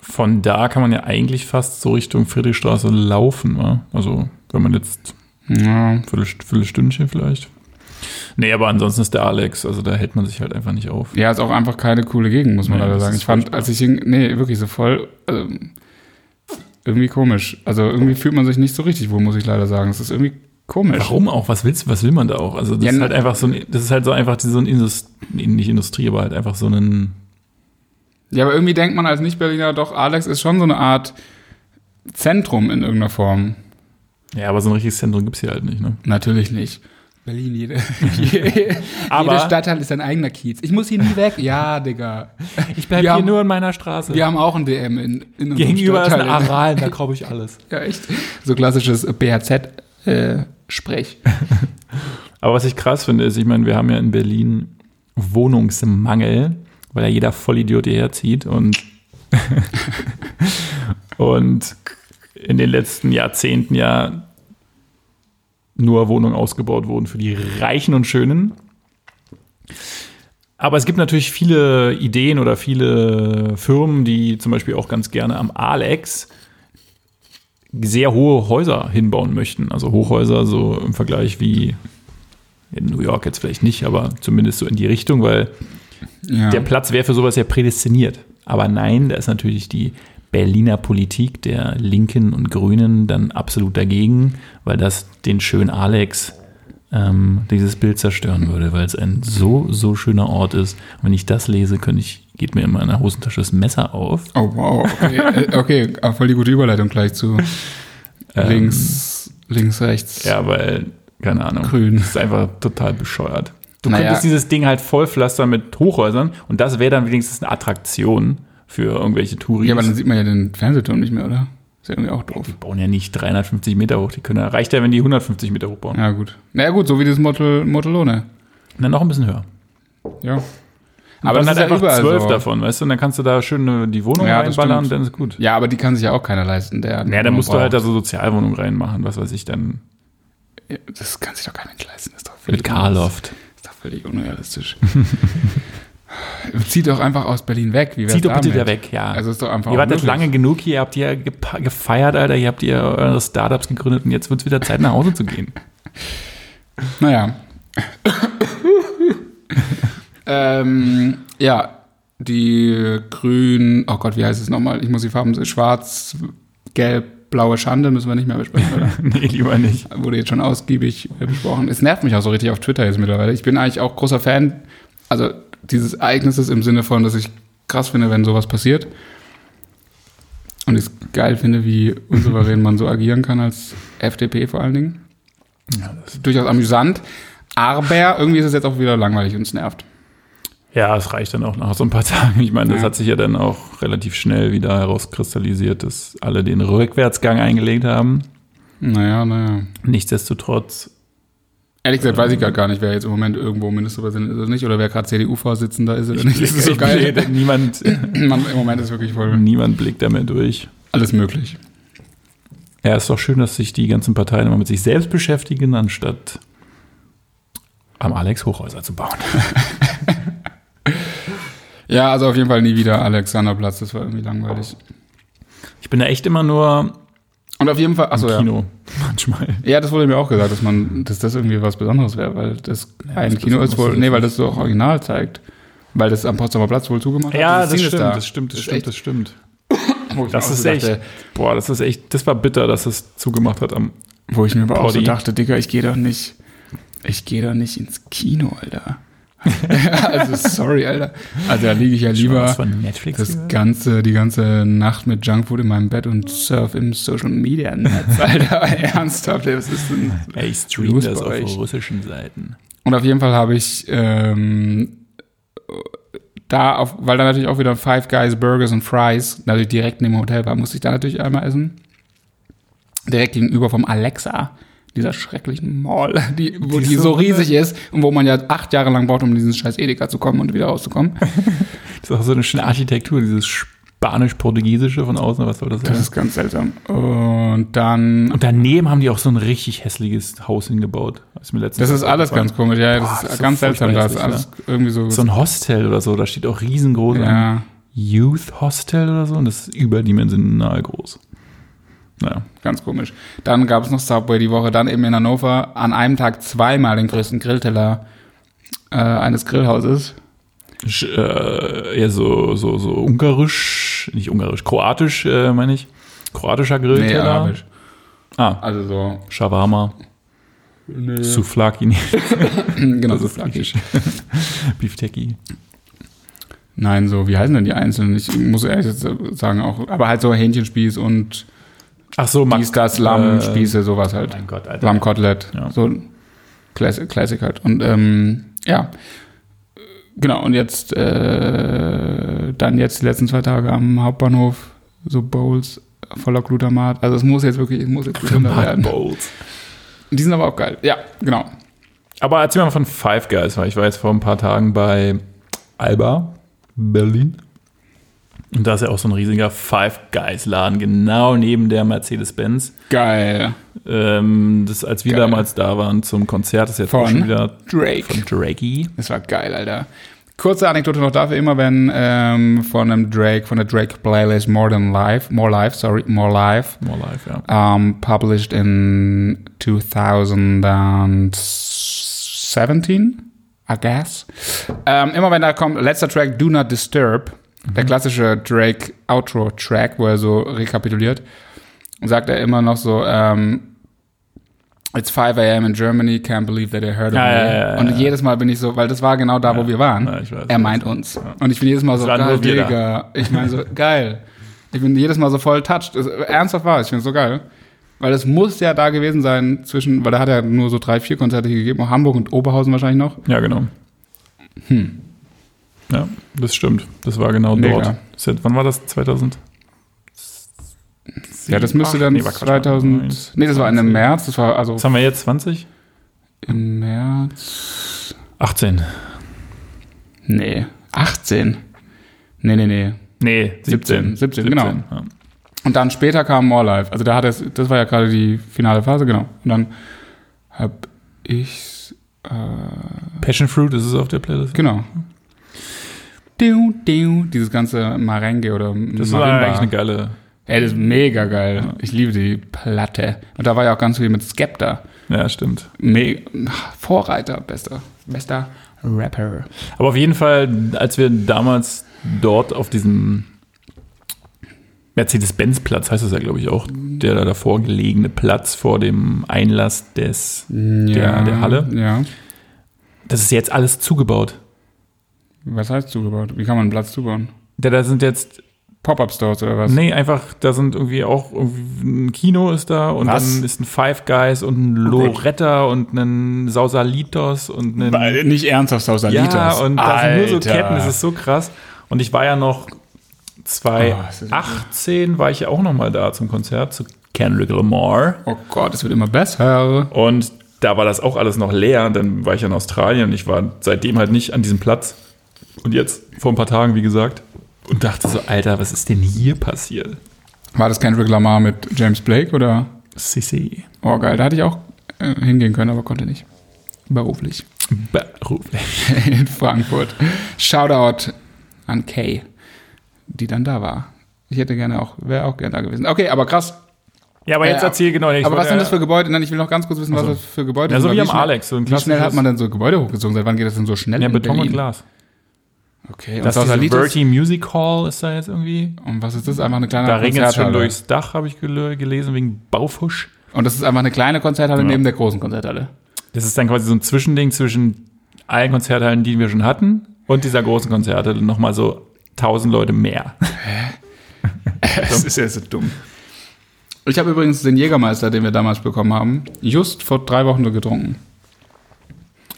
S3: Von da kann man ja eigentlich fast so Richtung Friedrichstraße laufen. wa? Also, wenn man jetzt
S2: Ja,
S3: Viertel- Viertelstündchen vielleicht. Nee, aber ansonsten ist der Alex, also da hält man sich halt einfach nicht auf.
S2: ja, ist auch einfach keine coole Gegend, muss man
S3: Nee,
S2: leider
S3: das
S2: sagen.
S3: ist
S2: Ich fand,
S3: furchtbar.
S2: als ich hing, nee, wirklich so voll, ähm, irgendwie komisch. Also irgendwie fühlt man sich nicht so richtig wohl, muss ich leider sagen. Es ist irgendwie komisch.
S3: Warum auch? Was willst du, was will man da auch? Also das
S2: Ja,
S3: ist
S2: ne-
S3: halt einfach so ein, das ist halt so einfach so ein Indust nee, nicht Industrie, aber halt einfach so ein,
S2: Ja, aber irgendwie denkt man als Nicht-Berliner doch, Alex ist schon so eine Art Zentrum in irgendeiner Form.
S3: ja, aber so ein richtiges Zentrum gibt's hier halt nicht, ne?
S2: Natürlich nicht. Berlin, jede, jede
S3: Aber-
S2: Stadtteil ist ein eigener Kiez. Ich muss hier nie weg. Ja, Digga.
S3: Ich bleib
S2: Wir haben-
S3: in meiner Straße.
S2: Wir haben auch ein DM in, in unserem
S3: Gegenüber ist ein
S2: Stadtteil.
S3: Aral, da kaufe ich alles.
S2: Ja, echt. So klassisches äh, BHZ-Sprech.
S3: Aber was ich krass finde, ist, ich meine, wir haben ja in Berlin Wohnungsmangel, weil ja jeder Vollidiot hierher zieht und, und in den letzten Jahrzehnten ja nur Wohnungen ausgebaut wurden für die Reichen und Schönen. Aber es gibt natürlich viele Ideen oder viele Firmen, die zum Beispiel auch ganz gerne am Alex sehr hohe Häuser hinbauen möchten. Also Hochhäuser so im Vergleich wie in New York jetzt vielleicht nicht, aber zumindest so in die Richtung, weil
S2: ja.
S3: der Platz wäre für sowas ja prädestiniert. Aber nein, da ist natürlich die Berliner Politik der Linken und Grünen dann absolut dagegen, weil das den schönen Alex ähm, dieses Bild zerstören würde, weil es ein so, so schöner Ort ist. Und wenn ich das lese, könnte ich geht mir in meiner Hosentasche das Messer auf.
S2: Oh, wow. Okay, äh, okay. aber voll die gute Überleitung gleich zu links, links, rechts.
S3: Ähm, Ja, weil, keine Ahnung.
S2: Grün.
S3: Das ist einfach total bescheuert. Du
S2: Naja.
S3: könntest dieses Ding halt vollpflastern mit Hochhäusern und das wäre dann wenigstens eine Attraktion für irgendwelche Touris.
S2: Ja, aber dann sieht man ja den Fernsehturm nicht mehr, oder? Ist ja irgendwie auch doof.
S3: die bauen ja nicht 350 Meter hoch. Die können ja, reicht ja, wenn die 150 Meter hoch bauen.
S2: Ja, gut. Na ja, gut, so wie das Motel, Motelone.
S3: Und dann noch ein bisschen höher.
S2: Ja.
S3: Aber dann
S2: das
S3: hat
S2: ist ja
S3: einfach
S2: überall
S3: zwölf
S2: so.
S3: davon, weißt du? Und dann kannst du da schön äh, die Wohnung
S2: Ja, das
S3: reinballern
S2: stimmt.
S3: und dann ist gut.
S2: Ja, aber die kann sich ja oh, auch keiner leisten. Der
S3: Ja, dann musst du
S2: braucht.
S3: halt da so Sozialwohnung reinmachen, was weiß ich dann.
S2: Ja, Das kann sich doch kein Mensch leisten. Das ist doch völlig
S3: Mit Karloft.
S2: Das ist doch völlig unrealistisch. Zieht doch einfach aus Berlin weg. Wie wär's
S3: Zieht doch bitte
S2: damit?
S3: wieder weg, ja.
S2: Also ist doch einfach
S3: ihr wartet
S2: unmöglich.
S3: lange genug hier, ihr habt hier gepa- gefeiert, Alter, ihr habt hier eure Startups gegründet und jetzt wird es wieder Zeit, nach Hause zu gehen.
S2: Naja. ähm, ja, die grün, oh Gott, wie heißt es nochmal? Ich muss die Farben, schwarz, gelb, blaue Schande müssen wir nicht mehr besprechen, oder?
S3: nee, lieber nicht.
S2: Wurde jetzt schon ausgiebig äh, besprochen. Es nervt mich auch so richtig auf Twitter jetzt mittlerweile. Ich bin eigentlich auch großer Fan, also dieses Ereignisses im Sinne von, dass ich krass finde, wenn sowas passiert. Und ich es geil finde, wie unsouverän man so agieren kann als FDP vor allen Dingen durchaus amüsant. Aber irgendwie ist es jetzt auch wieder langweilig und es nervt.
S3: Ja, es reicht dann auch nach so ein paar Tagen. Ich meine, das
S2: Ja.
S3: hat sich ja dann auch relativ schnell wieder herauskristallisiert, dass alle den Rückwärtsgang eingelegt haben.
S2: Naja, naja.
S3: Nichtsdestotrotz,
S2: Ehrlich gesagt weiß ich gerade gar nicht, wer jetzt im Moment irgendwo Ministerpräsident ist oder nicht oder wer gerade CDU-Vorsitzender ist oder nicht. Das ist so
S3: Ich
S2: geil.
S3: blicke- niemand,
S2: Man, Im Moment ist wirklich voll
S3: niemand blickt da mehr durch.
S2: alles möglich.
S3: Ja, ist doch schön, dass sich die ganzen Parteien immer mit sich selbst beschäftigen, anstatt am Alex Hochhäuser zu bauen.
S2: Ja, also auf jeden Fall nie wieder Alexanderplatz, das war irgendwie langweilig.
S3: Ich bin da echt immer nur
S2: Und auf jeden Fall, achso, ja.
S3: Kino manchmal.
S2: Ja, das wurde mir auch gesagt, dass man, dass das irgendwie was Besonderes wäre, weil das ein
S3: das
S2: Kino
S3: Besonderes
S2: ist wohl,
S3: ist
S2: nee, weil das so auch original zeigt. Weil das am Potsdamer Platz wohl zugemacht hat. und Ding ist da.
S3: stimmt, das
S2: ist echt-
S3: das stimmt.
S2: wo ich mir
S3: Das
S2: auch
S3: ist
S2: so
S3: echt,
S2: dachte,
S3: boah, das ist echt, das war bitter, dass es zugemacht hat am,
S2: Wo ich mir aber auch so
S3: Poddy.
S2: dachte, Digga, ich gehe doch nicht, ich gehe doch nicht ins Kino, Alter. also sorry, Alter. Also da liege ich ja
S3: das
S2: lieber
S3: war Netflix.
S2: das ganze, die ganze Nacht mit Junkfood in meinem Bett und surf im Social Media Netz, Alter. Ernsthaft, ey, was ist denn?
S3: Ey, ich stream
S2: los
S3: das
S2: bei
S3: auf
S2: euch?
S3: russischen Seiten.
S2: Und auf jeden Fall habe ich ähm, da, auf, weil da natürlich auch wieder Five Guys Burgers und Fries natürlich direkt neben dem Hotel war, musste ich da natürlich einmal essen. Direkt gegenüber vom Alexa, dieser schrecklichen Mall, die, wo
S3: Die
S2: die,
S3: ist
S2: so
S3: so
S2: riesig ist und wo man ja acht Jahre lang braucht, um in diesen scheiß Edeka zu kommen und wieder rauszukommen.
S3: Das ist auch so eine schöne Architektur, dieses Spanisch-Portugiesische von außen, was soll das
S2: Das
S3: sein?
S2: ist ganz seltsam. Und dann,
S3: Und daneben haben die auch so ein richtig hässliches Haus hingebaut. Ist mir letztens
S2: das ist alles
S3: aufgefallen.
S2: ganz komisch, ja, das
S3: Boah,
S2: ist
S3: Ah, das
S2: ganz
S3: ist furchtbar
S2: seltsam, da ist
S3: hässlich,
S2: alles irgendwie so,
S3: So ein Hostel oder so, da steht auch riesengroß ein
S2: ja,
S3: Youth Hostel oder so und das ist überdimensional groß. Naja.
S2: Ganz komisch. Dann gab es noch Subway die Woche, dann eben in Hannover an einem Tag zweimal den größten Grillteller äh, eines Grillhauses.
S3: Sch, äh, eher so, so, so ungarisch, nicht ungarisch, kroatisch, äh, meine ich. Kroatischer Grillteller.
S2: arabisch.
S3: Ah,
S2: Also so.
S3: Shawarma,
S2: Nee.
S3: Souflaki, nee,
S2: genau,
S3: das
S2: so
S3: ist
S2: flackig.
S3: griechisch. Beefteki.
S2: Nein, so, wie heißen denn die einzelnen? Ich muss ehrlich jetzt sagen auch, aber halt so Hähnchenspieß und
S3: Ach so,
S2: dies, das, Lammspieße, sowas
S3: Äh,
S2: halt.
S3: mein Gott, Alter.
S2: Lammkotelett,
S3: Ja.
S2: so Classic, Classic halt. Und ähm, ja, genau, und jetzt, äh, dann jetzt die letzten zwei Tage am Hauptbahnhof, so Bowls voller Glutamat. Also es muss jetzt wirklich, es muss jetzt gesünder werden.
S3: Bowls.
S2: Die sind aber auch geil. Ja, genau.
S3: Aber erzähl mal von Five Guys, weil ich war jetzt vor ein paar Tagen bei Alba, Berlin. Und da ist ja auch so ein riesiger Five Guys Laden, genau neben der Mercedes-Benz.
S2: Geil.
S3: Ähm, das, als wir
S2: Geil.
S3: damals da waren zum Konzert, ist jetzt auch
S2: Von?
S3: schon wieder
S2: Drake.
S3: von Drakey.
S2: Das war geil, Alter. Kurze Anekdote noch dafür, immer wenn ähm, von einem Drake, von der Drake-Playlist More Than Life, More Life, sorry, More Life,
S3: More Life, ja.
S2: um, published in 2017, I guess. Ähm, immer wenn da kommt, letzter Track, Do Not Disturb,
S3: Mhm.
S2: der klassische Drake-Outro-Track, wo er so rekapituliert, sagt er immer noch so, ähm, um, It's 5 a.m. in Germany, can't believe that I heard of
S3: Ja,
S2: me.
S3: ja, ja, ja,
S2: und
S3: ja.
S2: jedes Mal bin ich so, weil das war genau da, wo wir waren.
S3: Ja, ich weiß,
S2: er
S3: ich
S2: meint uns. Und ich bin jedes Mal so,
S3: waren
S2: geil,
S3: nur wir da.
S2: Digga. Ich meine so, geil. Ich bin jedes Mal so voll touched. Es- Ernsthaft war es, ich finde so geil. Weil es muss ja da gewesen sein zwischen, weil da hat er nur so drei, vier Konzerte gegeben, auch Hamburg und Oberhausen wahrscheinlich noch.
S3: Ja, genau. Ja, das stimmt. Das war genau
S2: Hm. Mega.
S3: dort. Das ist, wann war das? 2000?
S2: Ja, das müsste dann
S3: Nee, war Quatsch,
S2: 2000. Nee, das war in
S3: 20.
S2: im März, das war also
S3: Was haben wir jetzt? 20?
S2: im März.
S3: 18.
S2: Nee, 18. Nee, nee, nee.
S3: Nee, 17.
S2: 17, genau.
S3: Ja.
S2: Und dann später kam More Life. Also da hat es, das war ja gerade die finale Phase, genau. Und dann hab ich, äh,
S3: Passion Fruit ist es auf der Playlist.
S2: genau. Du, du, dieses ganze Marenge oder
S3: Das war
S2: Marimba.
S3: eigentlich eine geile.
S2: Ey, das ist mega geil. Ich liebe die Platte. Und da war ja auch ganz viel mit Skepta.
S3: Ja, stimmt.
S2: Me Vorreiter, bester, bester Rapper.
S3: Aber auf jeden Fall, als wir damals dort auf diesem Mercedes-Benz-Platz, heißt das ja, glaube ich, auch, der da davor gelegene Platz vor dem Einlass des, der, der Halle,
S2: Ja.
S3: das ist jetzt alles zugebaut.
S2: Was heißt zugebaut? Wie kann man einen Platz zubauen?
S3: Da, da sind jetzt,
S2: Pop-Up-Stores oder was?
S3: nee, einfach, da sind irgendwie auch irgendwie ein Kino ist da und
S2: Was?
S3: dann ist ein Five Guys und ein Loretta und ein Sausalitos und ein
S2: Weil- Nicht ernsthaft aus
S3: Ja,
S2: Alitas.
S3: und das sind nur so
S2: Alter.
S3: Ketten, das ist so krass. Und ich war ja noch
S2: Ah, es ist-
S3: 2018, war ich ja auch noch mal da zum Konzert zu Kendrick Lamar.
S2: Oh Gott, es wird immer besser.
S3: Und da war das auch alles noch leer. Und dann war ich in Australien und ich war seitdem halt nicht an diesem Platz. Und jetzt vor ein paar Tagen, wie gesagt, und dachte so, Alter, was ist denn hier passiert?
S2: War das Kendrick Lamar mit James Blake oder?
S3: Sissi.
S2: Oh geil, da hätte ich auch äh, hingehen können, aber konnte nicht. Beruflich.
S3: Beruflich.
S2: In Frankfurt. Shoutout an Kay, die dann da war. Ich hätte gerne auch, wäre auch gerne da gewesen. Okay, aber krass.
S3: Ja, aber jetzt
S2: Äh,
S3: erzähl genau. ich
S2: aber was
S3: wollte-
S2: sind das für Gebäude? Nein, ich will noch ganz kurz wissen, was
S3: so.
S2: das für Gebäude
S3: Ja,
S2: sind.
S3: so
S2: weil
S3: wie am Alex, so ein
S2: wie schnell
S3: klassisches-
S2: hat man denn so Gebäude hochgezogen? Seit wann geht das denn so schnell?
S3: Ja,
S2: in
S3: Beton und
S2: Berlin?
S3: Glas.
S2: Okay, und,
S3: Das ist diese
S2: Sausalitis?
S3: Verti Music Hall ist da jetzt irgendwie.
S2: und was ist das? Einfach eine kleine
S3: Da regnet es schon
S2: Ah, Konzerthalle.
S3: durchs Dach, habe ich gel- gelesen, wegen Baufusch.
S2: Und das ist einfach eine kleine Konzerthalle
S3: Genau.
S2: neben der großen Konzerthalle.
S3: Das ist dann quasi so ein Zwischending zwischen allen Konzerthallen, die wir schon hatten, und dieser großen Konzerthalle nochmal so 1000 Leute mehr.
S2: Das ist ja so dumm. Ich habe übrigens den Jägermeister, den wir damals bekommen haben, just vor drei Wochen getrunken.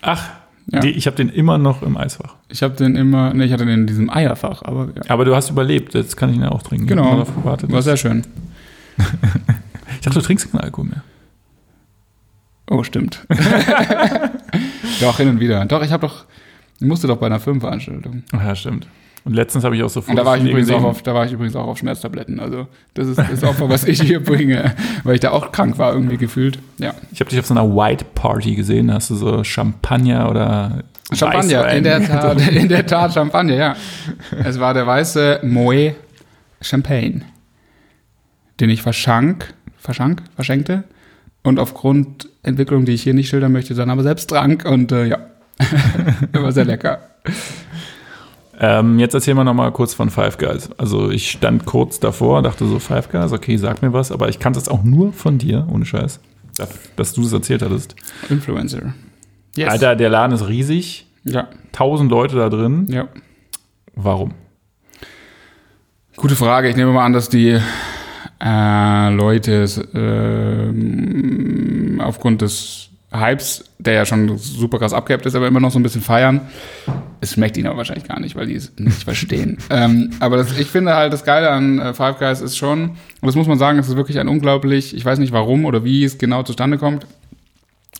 S3: Ach,
S2: Ja.
S3: die, ich habe den immer noch im Eisfach.
S2: Ich habe den immer, ne, ich hatte den in diesem Eierfach, aber ja.
S3: Aber du hast überlebt, jetzt kann ich ihn ja auch trinken. Ich hab
S2: Genau,
S3: immer darauf gewartet.
S2: war sehr schön.
S3: Ich dachte, du trinkst keinen Alkohol mehr.
S2: Oh, stimmt. doch, hin und wieder. Doch, ich habe doch, ich musste doch bei einer Filmveranstaltung.
S3: Ach ja, stimmt. Und letztens habe ich auch so
S2: Und da war, Oh, ich
S3: von dir
S2: übrigens auch
S3: gesehen.
S2: auf, da war ich übrigens auch auf Schmerztabletten. Also, das ist das Opfer, was ich hier bringe, weil ich da auch krank war irgendwie gefühlt. Ja.
S3: Ich habe dich auf so einer White Party gesehen, da hast du so Champagner oder
S2: Champagner,
S3: Weißwein.
S2: in der Tat, in der Tat Champagner, ja. Es war der weiße Moe Champagne, den ich verschank, verschank, verschenkte und aufgrund Entwicklung, die ich hier nicht schildern möchte, dann aber selbst trank und äh, ja, war sehr lecker.
S3: Ähm, jetzt erzählen wir nochmal kurz von Five Guys. Also ich stand kurz davor, dachte so, Five Guys, okay, sag mir was, aber ich kannte es auch nur von dir, ohne Scheiß, dass- dass du es erzählt hattest.
S2: Influencer. Yes.
S3: Alter, der Laden ist riesig,
S2: Ja,
S3: tausend Leute da drin.
S2: ja.
S3: Warum?
S2: Gute Frage. Ich nehme mal an, dass die äh, Leute es, ähm, aufgrund des Hypes, der ja schon super krass abgehabt ist, aber immer noch so ein bisschen feiern. Es schmeckt ihnen aber wahrscheinlich gar nicht, weil die es nicht verstehen. ähm, aber das, ich finde halt, das Geile an äh, Five Guys ist schon, und das muss man sagen, es ist wirklich ein unglaublich, ich weiß nicht warum oder wie es genau zustande kommt,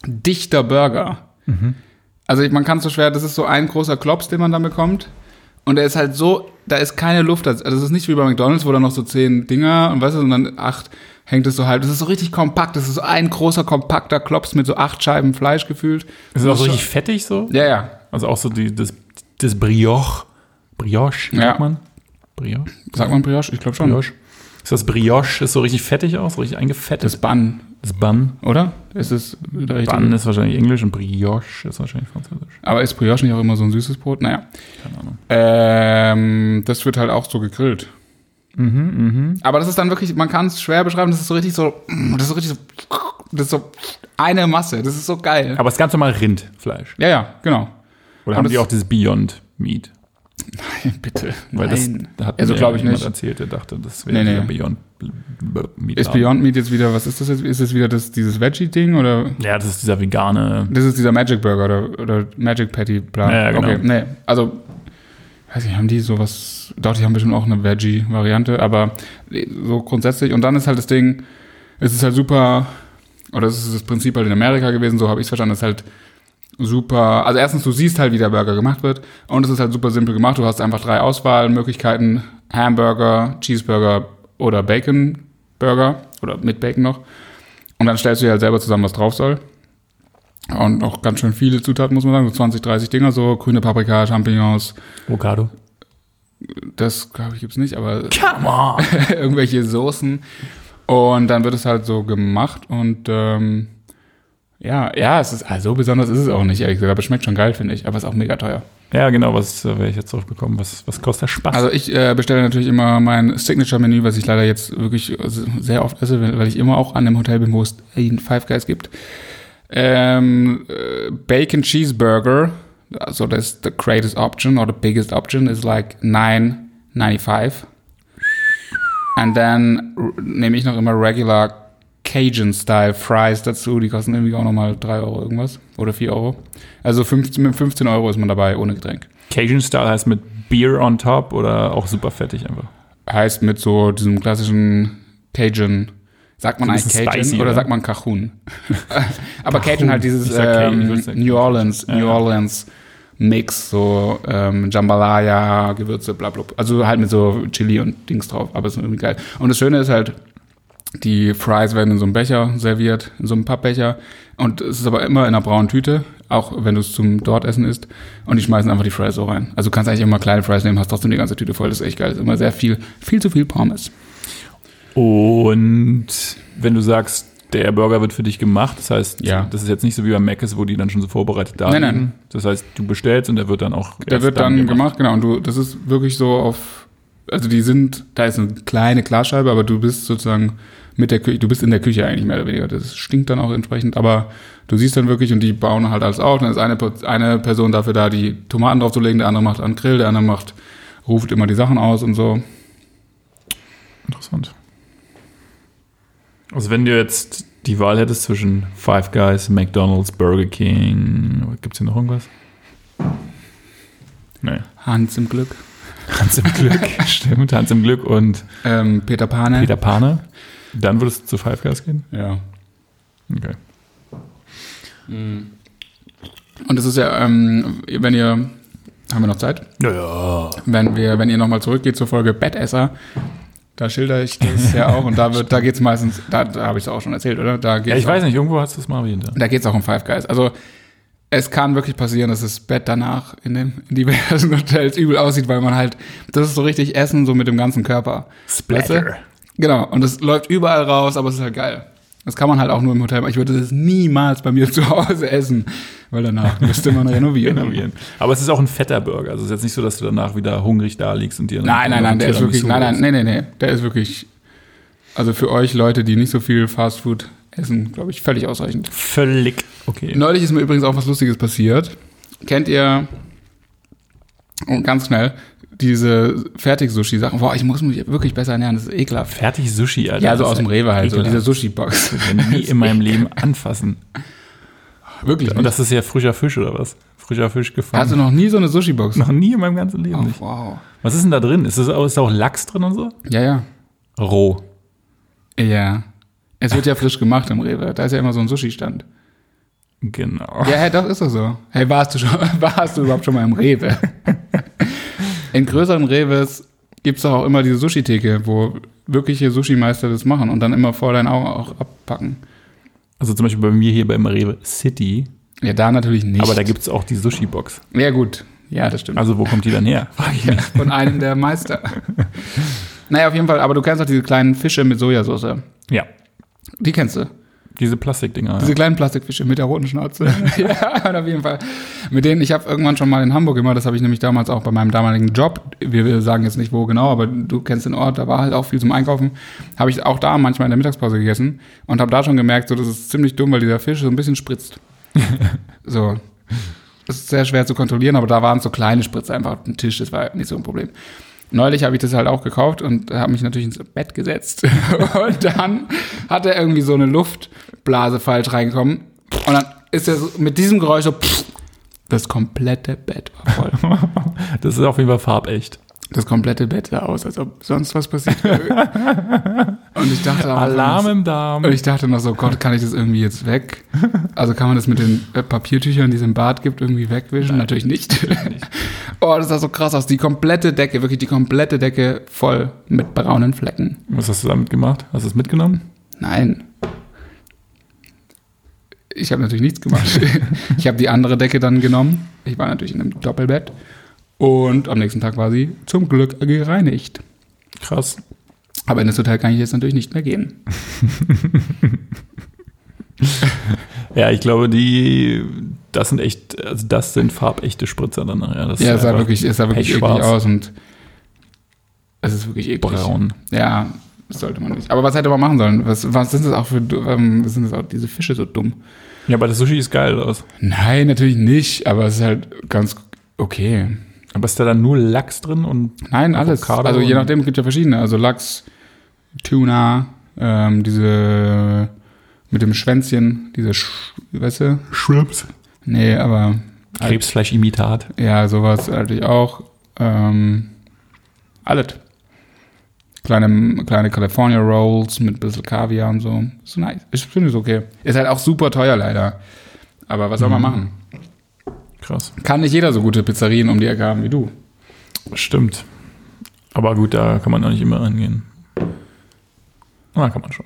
S2: dichter Burger.
S3: Mhm.
S2: Also ich, man kann es so schwer, das ist so ein großer Klops, den man dann bekommt. Und der ist halt so, da ist keine Luft. Also das ist nicht wie bei McDonalds, wo da noch so zehn Dinger und weißt du, sondern acht hängt es so halb. Das ist so richtig kompakt. Das ist so ein großer, kompakter Klops mit so acht Scheiben Fleisch gefühlt.
S3: Ist es auch so richtig fettig so?
S2: Ja, ja.
S3: Also auch so die, das, das Brioche. Brioche,
S2: Ja.
S3: sagt man? Brioche?
S2: Sagt man Brioche? Ich glaube schon.
S3: Brioche. Ist das Brioche, ist so richtig fettig aus, so richtig eingefettet?
S2: Das Bann,
S3: Das Bun.
S2: oder? Ist es der richtige?
S3: Bun ist wahrscheinlich Englisch und Brioche ist wahrscheinlich Französisch.
S2: Aber ist Brioche nicht auch immer so ein süßes Brot? Naja. Ähm, das wird halt auch so gegrillt. Aber das ist dann wirklich, man kann es schwer beschreiben, das ist so richtig so, mm, das ist so richtig so, das ist so eine Masse, das ist so geil.
S3: Aber es ist ganz normal Rindfleisch.
S2: Ja, ja, genau.
S3: Oder
S2: Und
S3: haben die
S2: das-
S3: auch dieses Beyond Meat?
S2: Nein, bitte.
S3: Weil
S2: Nein.
S3: das hat
S2: also
S3: mir
S2: glaube ich
S3: jemand
S2: nicht.
S3: erzählt, der dachte, das wäre
S2: Nee, nee.
S3: dieser Beyond B- B- Meat.
S2: Ist
S3: Laden.
S2: Beyond Meat jetzt wieder, was ist das jetzt? Ist es wieder das, dieses Veggie-Ding oder
S3: Ja, das ist dieser vegane.
S2: das ist dieser Magic Burger oder, oder Magic Patty bla.
S3: Ja, ja, genau.
S2: Okay, nee. Also, weiß nicht, haben die sowas, doch, die haben bestimmt auch eine Veggie-Variante, aber so grundsätzlich. Und dann ist halt das Ding, es ist halt super, oder es ist das Prinzip halt in Amerika gewesen, so habe ich es verstanden, es ist halt super, also erstens, du siehst halt, wie der Burger gemacht wird und es ist halt super simpel gemacht. Du hast einfach drei Auswahlmöglichkeiten, Hamburger, Cheeseburger oder Bacon Burger oder mit Bacon noch. Und dann stellst du dir halt selber zusammen, was drauf soll. Und auch ganz schön viele Zutaten, muss man sagen. So 20, 30 Dinger, so grüne Paprika, Champignons.
S3: Avocado.
S2: Das, glaube ich, gibt's nicht, aber
S3: Come on!
S2: irgendwelche Soßen. Und dann wird es halt so gemacht und ähm, ja, ja, es ist also so besonders ist es auch nicht, ehrlich gesagt. Aber es schmeckt schon geil, finde ich. Aber es ist auch mega teuer.
S3: ja, genau, was äh, wäre ich jetzt drauf gekommen? Was, was kostet der Spaß?
S2: Also ich äh, bestelle natürlich immer mein Signature-Menü, was ich leider jetzt wirklich s- sehr oft esse, weil weil ich immer auch an einem Hotel bin, wo es einen Five Guys gibt. Ähm, äh, Bacon Cheeseburger, also that's the greatest option or the biggest option, is like 9,95. And then r- nehme ich noch immer regular Cajun-Style Fries dazu, die kosten irgendwie auch nochmal 3 Euro irgendwas oder 4 Euro. Also 15, mit 15 Euro ist man dabei ohne Getränk.
S3: Cajun Style heißt mit Beer on top oder auch super fettig einfach.
S2: heißt mit so diesem klassischen Cajun. Sagt man
S3: So ein
S2: eigentlich
S3: bisschen
S2: Cajun
S3: spicy,
S2: oder
S3: oder?
S2: sagt man Cajun? Aber Cajun halt
S3: Ich
S2: dieses
S3: sag Cajun, ich
S2: ähm,
S3: würd sagen
S2: New
S3: Cajun.
S2: Orleans,
S3: Ja,
S2: New
S3: ja.
S2: Orleans Mix, so ähm, Jambalaya, Gewürze, bla bla. bla. Also halt mit so Chili und Dings drauf, aber ist irgendwie geil. Und das Schöne ist halt, die Fries werden in so einem Becher serviert, in so einem Pappbecher. Und es ist aber immer in einer braunen Tüte, auch wenn du es zum Dortessen isst. Und die schmeißen einfach die Fries so rein. Also du kannst eigentlich immer kleine Fries nehmen, hast trotzdem die ganze Tüte voll. Das ist echt geil. Das ist immer sehr viel, viel zu viel Pommes.
S3: Und wenn du sagst, der Burger wird für dich gemacht, das heißt,
S2: Ja.
S3: das ist jetzt nicht so wie bei Mac ist, wo die dann schon so vorbereitet da
S2: Nein, nein.
S3: liegen. Das heißt, du bestellst und der wird dann auch.
S2: Der wird dann gemacht. genau. Und du, das ist wirklich so auf, also die sind, da ist eine kleine Glasscheibe, aber du bist sozusagen mit der Küche, du bist in der Küche eigentlich mehr oder weniger. Das stinkt dann auch entsprechend, aber du siehst dann wirklich und die bauen halt alles auf. Dann ist eine, Per- eine Person dafür da, die Tomaten draufzulegen, der andere macht an den Grill, der andere macht, ruft immer die Sachen aus und so.
S3: Interessant. Also, wenn du jetzt die Wahl hättest zwischen Five Guys, McDonalds, Burger King, gibt's hier noch irgendwas? Nee.
S2: Hans im Glück.
S3: Tanz im Glück. Stimmt, Tanz im Glück und
S2: Ähm, Peter Pane.
S3: Peter Pane. Dann würdest du zu Five Guys gehen?
S2: Ja.
S3: Okay.
S2: Und das ist ja, ähm, wenn ihr, haben wir noch Zeit?
S3: Naja.
S2: wenn wir, wenn ihr nochmal zurückgeht zur Folge Bettesser, da schilder ich das ja auch und da wird, da geht's meistens, da, da habe ich es auch schon erzählt, oder? Da geht's
S3: Ja, ich
S2: auch,
S3: weiß nicht, irgendwo hast du es mal erwähnt. ja.
S2: Da geht's auch um Five Guys. Also es kann wirklich passieren, dass das Bett danach in den in diversen Hotels übel aussieht, weil man halt, das ist so richtig Essen so mit dem ganzen Körper. Weißt du? Genau. Und es läuft überall raus, aber es ist halt geil. Das kann man halt auch nur im Hotel machen. Ich würde das niemals bei mir zu Hause essen, weil danach müsste man renovieren.
S3: Renovieren. Aber es ist auch ein fetter Burger. Also es ist jetzt nicht so, dass du danach wieder hungrig da liegst und dir einen-
S2: Nein, nein, nein,
S3: einen
S2: der ist wirklich,
S3: Tiramisu
S2: nein, nein,
S3: holst.
S2: nee, nee, nee, der ist wirklich, also für euch Leute, die nicht so viel Fastfood essen, glaube ich, völlig ausreichend.
S3: Völlig okay.
S2: Neulich ist mir übrigens auch was Lustiges passiert. Kennt ihr, und ganz schnell, diese Fertig-Sushi-Sachen? Boah, ich muss mich wirklich besser ernähren, das ist ekelhaft.
S3: Fertig Sushi, Alter.
S2: Ja, also
S3: Das
S2: aus
S3: ist
S2: dem Rewe halt, so
S3: ekelhaft.
S2: diese Sushi-Box.
S3: Ich werde nie in meinem Leben anfassen.
S2: Wirklich
S3: Und
S2: nicht.
S3: das ist ja frischer Fisch oder was? Frischer Fisch gefangen.
S2: Hast du noch nie so eine Sushi-Box?
S3: noch nie in meinem ganzen Leben nicht.
S2: wow.
S3: Was ist denn da drin? Ist, das, auch- ist da auch Lachs drin und so?
S2: Ja, ja.
S3: Roh.
S2: Ja. Es wird ja frisch gemacht im Rewe, da ist ja immer so ein Sushi-Stand.
S3: Genau.
S2: Ja, hey, doch, ist doch so. Hey, warst du, schon, warst du überhaupt schon mal im Rewe? In größeren Rewes gibt's doch auch immer diese Sushi-Theke, wo wirkliche Sushi-Meister das machen und dann immer vor deinen Augen auch abpacken.
S3: Also zum Beispiel bei mir hier bei Rewe City.
S2: Ja, da natürlich nicht.
S3: Aber da gibt es auch die Sushi-Box.
S2: Ja, gut. Ja, das stimmt.
S3: Also wo kommt die dann her? Frag ich mich.
S2: Von einem der Meister. naja, auf jeden Fall, aber du kennst doch diese kleinen Fische mit Sojasauce.
S3: Ja.
S2: Die kennst du.
S3: Diese Plastikdinger.
S2: Diese kleinen Plastikfische mit der roten Schnauze. ja, auf jeden Fall. Mit denen, ich habe irgendwann schon mal in Hamburg immer, das habe ich nämlich damals auch bei meinem damaligen Job, wir, wir sagen jetzt nicht wo genau, aber du kennst den Ort, da war halt auch viel zum Einkaufen, habe ich auch da manchmal in der Mittagspause gegessen und habe da schon gemerkt, so, das ist ziemlich dumm, weil dieser Fisch so ein bisschen spritzt. so. Das ist sehr schwer zu kontrollieren, aber da waren so kleine Spritzer einfach auf dem Tisch, das war nicht so ein Problem. Neulich habe ich das halt auch gekauft und habe mich natürlich ins Bett gesetzt. Und dann hat er irgendwie so eine Luftblase falsch reingekommen. Und dann ist er so, mit diesem Geräusch so, pff, das komplette Bett war voll.
S3: Das ist auf jeden Fall farbecht.
S2: Das komplette Bett sah aus, als ob sonst was passiert wäre. Und ich dachte am Anfang-
S3: Alarm im Darm.
S2: und ich dachte noch so, oh Gott, kann ich das irgendwie jetzt weg? Also kann man das mit den äh, Papiertüchern, die es im Bad gibt, irgendwie wegwischen? Natürlich nicht. oh, das sah so krass aus. Die komplette Decke, wirklich die komplette Decke voll mit braunen Flecken.
S3: Was hast du damit gemacht? Hast du es mitgenommen?
S2: Nein. Ich habe natürlich nichts gemacht. ich habe die andere Decke dann genommen. Ich war natürlich in einem Doppelbett. Und am nächsten Tag war sie zum Glück gereinigt.
S3: Krass.
S2: Aber in das Hotel kann ich jetzt natürlich nicht mehr gehen.
S3: Ja, ich glaube, die, das sind echt, also das sind farbechte Spritzer dann. Ja, das
S2: Ja, es
S3: ist
S2: sah
S3: einfach
S2: wirklich, es sah wirklich eklig
S3: pechschwarz,
S2: aus und es ist wirklich eklig.
S3: Braun.
S2: Ja, das sollte man nicht. Aber was hätte man machen sollen? Was, was sind das auch für, du- ähm, was sind das auch, diese Fische so dumm?
S3: Ja, aber das Sushi ist geil aus.
S2: Nein, natürlich nicht, aber es ist halt ganz okay.
S3: Aber ist da dann nur Lachs drin und
S2: Nein, alles.
S3: Avocado
S2: also je
S3: und-
S2: nachdem, es gibt ja verschiedene. Also Lachs, Tuna, ähm, diese mit dem Schwänzchen, diese, Sch weißt du?
S3: Shrimps?
S2: Nee, aber
S3: Krebsfleischimitat.
S2: Ja, sowas natürlich auch. Ähm, alles. Kleine, kleine California Rolls mit ein bisschen Kaviar und so. Ist nice. Ich finde es okay. Ist halt auch super teuer leider. Aber was soll man machen?
S3: Krass.
S2: Kann nicht jeder so gute Pizzerien um die Ecke haben wie du.
S3: Stimmt. Aber gut, da kann man auch nicht immer angehen. Na, kann man schon.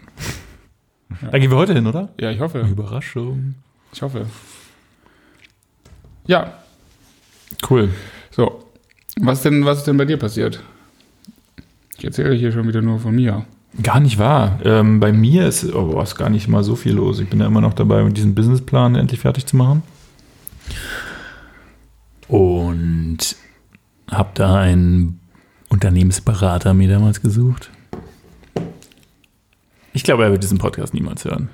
S3: Da gehen wir heute hin, oder?
S2: Ja, ich hoffe.
S3: Überraschung.
S2: Ich hoffe. Ja,
S3: Cool.
S2: so. Was denn, was ist denn bei dir passiert? Ich erzähle hier schon wieder nur von mir.
S3: Gar nicht wahr. Ähm, bei mir ist, oh, boah, ist gar nicht mal so viel los. Ich bin ja immer noch dabei, diesen Businessplan endlich fertig zu machen. Und habe da einen Unternehmensberater mir damals gesucht. Ich glaube, er wird diesen Podcast niemals hören.